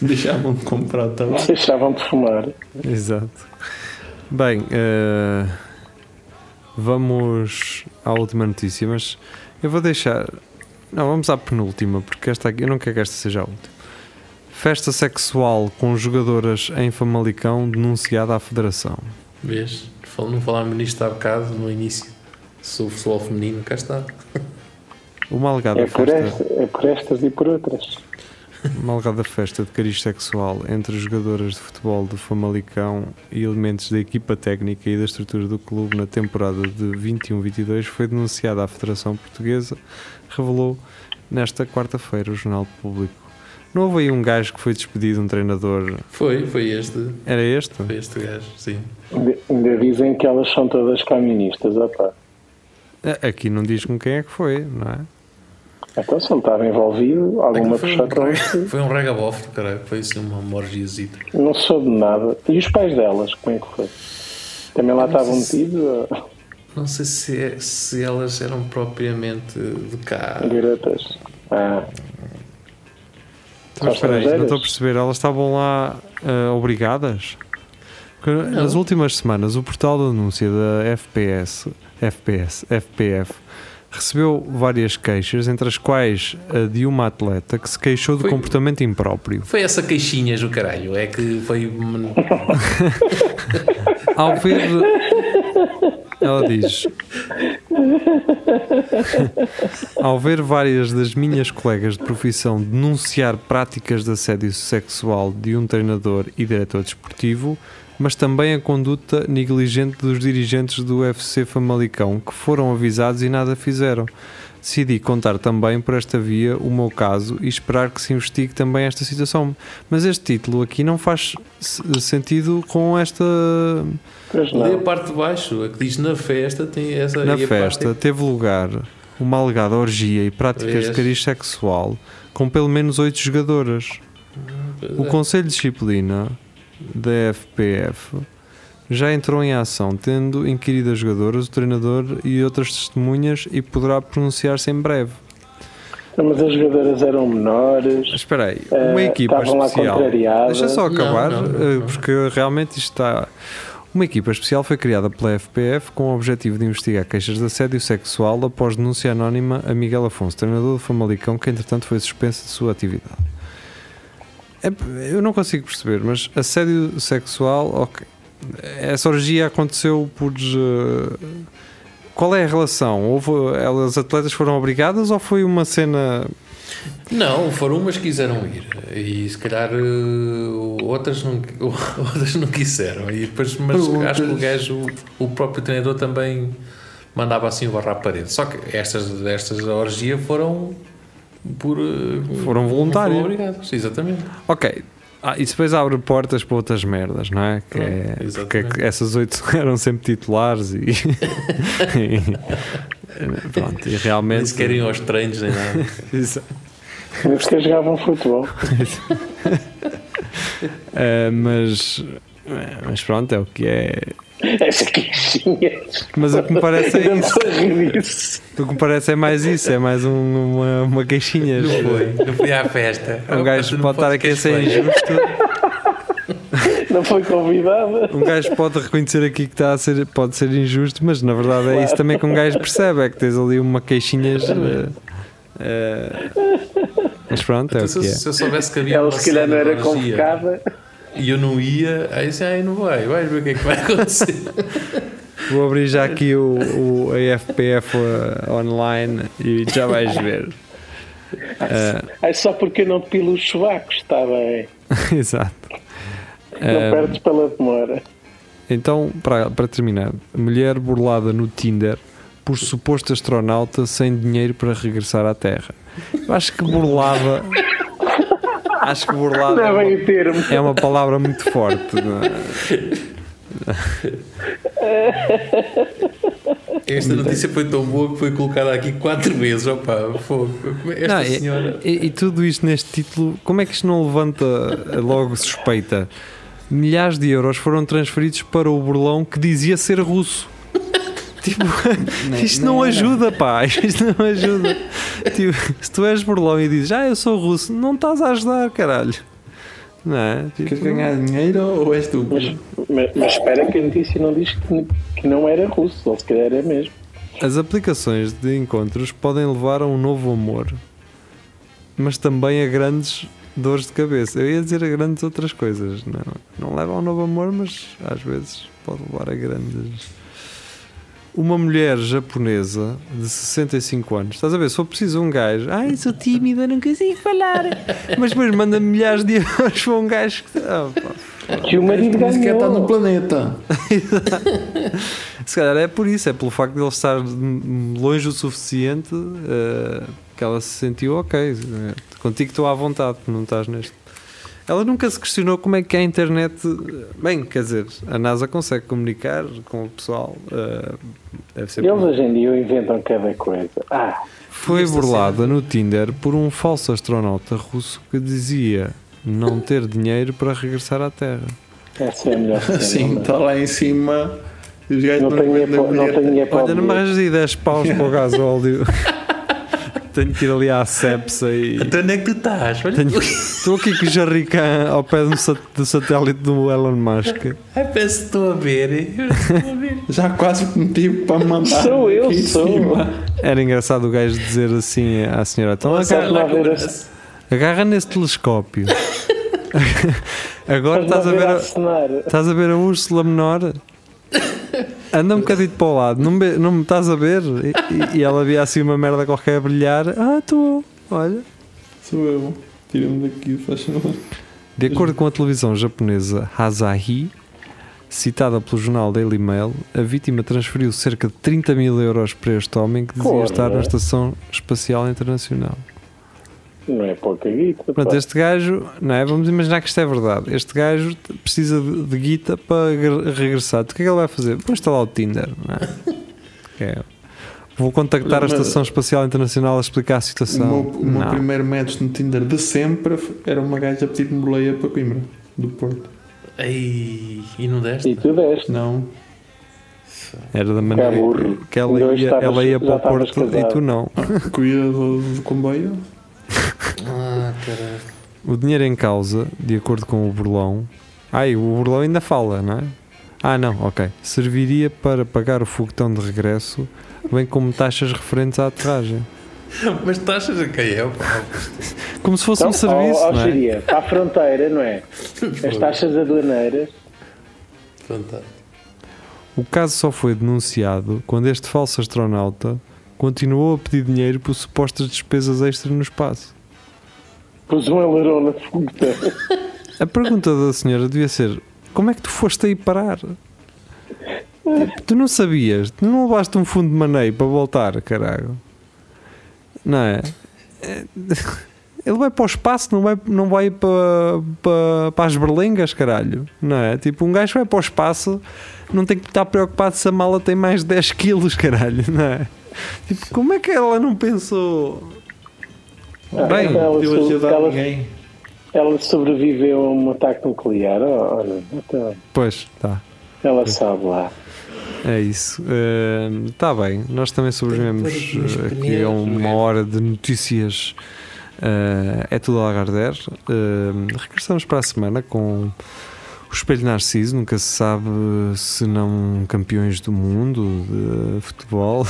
S7: Deixavam de comprar o tabaco.
S5: Deixavam de fumar.
S3: Exato. Bem, eh, vamos à última notícia, mas eu vou deixar. Não, vamos à penúltima, porque esta aqui, eu não quero que esta seja a última. Festa sexual com jogadoras em Famalicão denunciada à Federação.
S6: Vês? Fal- Não falámos nisto há bocado, no início. Sou futebol feminino, cá está.
S3: Uma alegada
S5: É por,
S3: festa.
S5: esta, é por estas e por outras.
S3: Uma alegada festa de cariz sexual entre jogadoras de futebol do Famalicão e elementos da equipa técnica e da estrutura do clube na temporada de 21-22 foi denunciada à Federação Portuguesa, revelou nesta quarta-feira o Jornal Público. Não houve aí um gajo que foi despedido, um treinador.
S6: Foi, foi este.
S3: Era este?
S6: Foi este gajo, sim.
S5: Ainda- Ainda dizem que elas são todas camionistas, opá.
S3: A- Aqui não diz com quem é que foi, não é?
S5: Então se não estava envolvido, alguma
S6: foi, um,
S5: puxada
S6: rega- foi um regabofo, caralho. Foi assim uma morgiazita.
S5: não soube de nada. E os pais delas, como é que foi? Também lá
S6: Eu não
S5: estavam
S6: sei
S5: metidos
S6: Não sei se, é- se elas eram propriamente de cá.
S5: a garotas? Ah,
S3: Mas espera aí, não
S5: estrangeiras?
S3: estou a perceber. Elas estavam lá ah, obrigadas? Porque Nas últimas semanas, o portal de denúncia da FPS, FPS, FPF, recebeu várias queixas, entre as quais a de uma atleta que se queixou de
S6: Foi-
S3: comportamento impróprio.
S6: Foi essa queixinhas do caralho. É que foi.
S3: Ao ver. Ela diz. Ao ver várias das minhas colegas de profissão denunciar práticas de assédio sexual de um treinador e diretor desportivo, mas também a conduta negligente dos dirigentes do UFC Famalicão, que foram avisados e nada fizeram. Decidi contar também por esta via o meu caso e esperar que se investigue também esta situação. Mas este título aqui não faz se- sentido com esta.
S5: pois
S6: Lê a
S5: não.
S6: parte de baixo, a que diz na festa tem essa.
S3: Na
S6: e a
S3: festa
S6: Parte... é
S3: teve lugar uma alegada orgia e práticas de
S6: Vês?
S3: cariz sexual com pelo menos oito jogadoras.
S6: É. eh,
S3: O Conselho de Disciplina da FPF já entrou em ação, tendo inquirido as jogadoras, o treinador e outras testemunhas e poderá pronunciar-se em breve.
S5: Mas as jogadoras eram menores.
S3: Espera aí,
S5: eh,
S3: uma equipa
S5: estavam lá
S3: especial.
S5: contrariadas.
S3: Deixa só
S6: Não,
S3: acabar,
S6: não, não,
S3: eh,
S6: não.
S3: porque realmente isto está. Uma equipa especial foi criada pela FPF com o objetivo de investigar queixas de assédio sexual após denúncia anónima a Miguel Afonso, treinador do Famalicão, que entretanto foi suspenso de sua atividade. É p- eu não consigo perceber, mas assédio sexual, ok. Essa orgia aconteceu por. eh, qual é a relação? Houve, eh, elas atletas foram obrigadas ou foi uma cena
S6: Não, foram umas que quiseram ir. E se calhar eh, outras não, outras não quiseram. E depois, mas
S7: Perguntas.
S6: acho que o gajo, o próprio treinador também mandava assim o barra à parede. Só que estas, estas da orgia foram por. eh,
S3: Foram
S6: não
S3: voluntárias.
S6: Foram obrigadas, exatamente.
S3: Ok. Ah, isso depois abre portas para outras merdas, não é? Que é-
S6: Pronto,
S3: porque é que
S6: exatamente.
S3: essas oito eram sempre titulares e. e- pronto, e
S6: Nem
S3: realmente.
S6: sequer iam aos treinos nem nada.
S3: Isso.
S5: Nem sequer jogavam futebol.
S3: Ah, mas. Mas pronto, é o que é.
S5: Essa queixinha.
S3: Mas o que me parece é,
S5: Eu não
S3: isso.
S5: sei disso.
S3: o que me parece é mais isso, é mais um- uma, uma queixinha.
S6: Não foi, não fui à festa.
S3: Um gajo
S6: Não
S3: pode estar aqui a
S6: podcast
S3: ser
S6: foi.
S3: injusto,
S5: Não foi convidada.
S3: um gajo pode reconhecer aqui que está a ser, pode ser injusto, mas na verdade é isso também que um gajo percebe, é que tens ali uma queixinha. eh, eh, mas pronto, é
S6: Então,
S3: o
S6: se,
S3: que
S6: eu-
S3: é.
S6: se eu soubesse que havia
S5: Ela
S6: uma
S5: se calhar não
S6: cena de
S5: era
S6: orgia
S5: convocada.
S6: e eu não ia, aí disse, ai não vai, vais ver o que é que vai acontecer.
S3: Vou abrir já aqui o, o AFPF eh, online e já vais ver. Eh,
S5: É só porque eu não pilo os chuvacos, está bem.
S3: exato.
S5: Não
S6: É.
S3: Eh,
S5: perdes pela demora.
S3: Então, para, para terminar, mulher burlada no Tinder por suposto astronauta sem dinheiro para regressar à Terra. Eu acho que burlava. Acho que burlava.
S5: Não é
S3: é
S5: bem
S3: uma-
S5: o termo.
S3: é uma palavra muito forte. não é? Então.
S6: Esta notícia foi tão boa que foi colocada aqui quatro vezes. Opa, fogo. é Esta
S3: Não, e-
S6: senhora.
S3: E, e tudo isto neste título, como é que isto não levanta logo suspeita? Milhares de euros foram transferidos para o burlão que dizia ser russo. Tipo,
S7: Nem-
S3: isto não
S7: nem era.
S3: ajuda, pá. Isto não ajuda. Tipo, se tu és burlão e dizes, ah, eu sou russo, não estás a ajudar, caralho. Não é? Tipo,
S7: Queres ganhar dinheiro ou és tu?
S5: Mas, mas, mas espera que a notícia não diz que, que não era russo, ou se calhar é mesmo.
S3: As aplicações de encontros podem levar a um novo amor, mas também a grandes dores de cabeça. Eu ia dizer a grandes outras coisas. Não, não leva a um novo amor, mas às vezes pode levar a grandes. Uma mulher japonesa de 65 anos, estás a ver? Só precisa um gajo. Ai, sou tímida, não consigo falar. Mas depois manda milhares de euros para um gajo que. Ah, pá.
S5: Que o marido
S7: Nem sequer está no
S5: ganhou.
S7: planeta.
S3: Se calhar é por isso, é pelo facto de ele estar hum, longe o suficiente eh, que ela se sentiu ok. eh, Contigo estou à vontade, não estás neste. Ela nunca se questionou como é que a internet. eh, Bem, quer dizer, a NASA consegue comunicar com o pessoal. eh, deve ser
S5: Eles
S3: por-
S5: hoje em dia inventam cada coisa. Ah,
S3: Foi burlada no Tinder por um falso astronauta russo que dizia não ter dinheiro para regressar à Terra.
S5: essa é a melhor
S7: Sim,
S5: cena. não é?
S7: Assim, está lá em cima. e Os gajos
S5: Não
S7: não
S5: tenho dinheiro
S7: vendem
S5: para- não tenho
S7: bilhete.
S5: dinheiro para
S3: Olha, não me
S5: o
S3: arranjas aí 10 paus para o gasóleo. Tenho que ir ali à sepsa e.
S6: Então onde é que tu
S3: tá,
S6: estás? Olha,
S3: Tenho- Estou aqui com o Jarrican ao pé do, sat- do satélite do Elon Musk.
S6: ai, parece que estou a ver. Eu estou a ver.
S7: Já quase que me tive para me mandar.
S5: Sou eu,
S7: aqui em
S5: sou.
S7: cima.
S3: Era engraçado o gajo dizer assim à senhora: então
S5: Sabes
S3: agarra,
S5: lá ver a-
S3: agarra nesse telescópio. Agora
S5: sabes lá
S3: estás a ver
S5: a
S3: a,
S5: cenar.
S3: estás a ver a Úrsula menor. Anda um bocadinho para o lado, não me, ve- não me estás a ver? E, e- e ela via assim uma merda qualquer a brilhar. Ah, tu, olha.
S7: Sou eu. Tira-me daqui, faz favor.
S3: De acordo com a televisão japonesa Asahi, citada pelo jornal Daily Mail, a vítima transferiu cerca de 30 mil euros para este homem que dizia
S5: Porra.
S3: estar na Estação Espacial Internacional.
S5: Não é pouca guita.
S3: Portanto,
S5: pá.
S3: este gajo, não é? Vamos imaginar que isto é verdade. Este gajo t- precisa de, de guita para gre- regressar. O que é que ele vai fazer? Vou instalar o Tinder, não é? Que é? Vou contactar a
S7: Mas-
S3: Estação Espacial Internacional a explicar a
S7: O
S3: situação.
S7: meu, o meu
S3: Não.
S7: primeiro match no Tinder de sempre era uma gaja a pedir-me boleia para Coimbra, do Porto.
S6: Ei, e não deste?
S5: E é tu deste.
S7: Não,
S3: Era da maneira
S5: burro.
S3: que ela
S5: Ainda hoje
S3: ia,
S5: estavas-
S3: ela ia
S5: já
S3: para o
S5: estavas
S3: Porto e tu
S5: casado.
S3: não.
S7: cuida do, do comboio.
S6: Ah, caralho.
S3: O dinheiro é em causa, de acordo com o burlão. Ai, o burlão ainda fala, não é? Ah, não, ok. Serviria para pagar o foguetão de regresso, bem como taxas referentes à aterragem.
S6: Mas tu achas a quem é? Opa,
S3: Como se fosse
S5: Então,
S3: um serviço,
S5: ó, ó,
S3: não é?
S5: Jeria, para a fronteira, não é? As taxas aduaneiras.
S6: fantástico.
S3: O caso só foi denunciado quando este falso astronauta continuou a pedir dinheiro por supostas despesas extras no espaço.
S5: Pus um alerão na fuga.
S3: A pergunta da senhora devia ser: como é que tu foste aí parar? Tipo, Tu não sabias? Tu não levaste um fundo de maneio para voltar, caralho? Não é? É, Ele vai para o espaço, não vai, não vai para, para, para as berlengas, caralho. Não é? Tipo, um gajo vai para o espaço, não tem que estar preocupado se a mala tem mais 10 quilos, caralho. Não é? Tipo, como é que ela não pensou? Bem,
S5: Ah, ela,
S7: Eu
S5: so-
S7: ajudar
S5: ela-
S7: ninguém.
S5: ela sobreviveu a um ataque nuclear. Oh, oh, não. Então,
S3: Pois, tá.
S5: ela sabe lá.
S3: É isso. Está bem. Nós também sobrevivemos
S6: Tem que pôr aqui
S3: eh,
S6: nos
S3: aqui a
S6: pneus,
S3: uma
S6: não é?
S3: hora de notícias. Eh, é tudo Algarder. Eh, regressamos para a semana com o Espelho Narciso. Nunca se sabe se não campeões do mundo de futebol.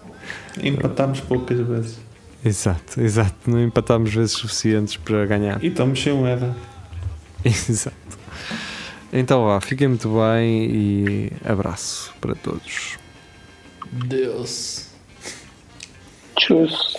S7: Empatámos poucas vezes.
S3: Exato, exato. Não empatámos vezes suficientes para ganhar.
S7: E estamos sem moeda.
S3: Exato. Então vá, fiquem muito bem e abraço para todos.
S6: Deus.
S5: Tchus.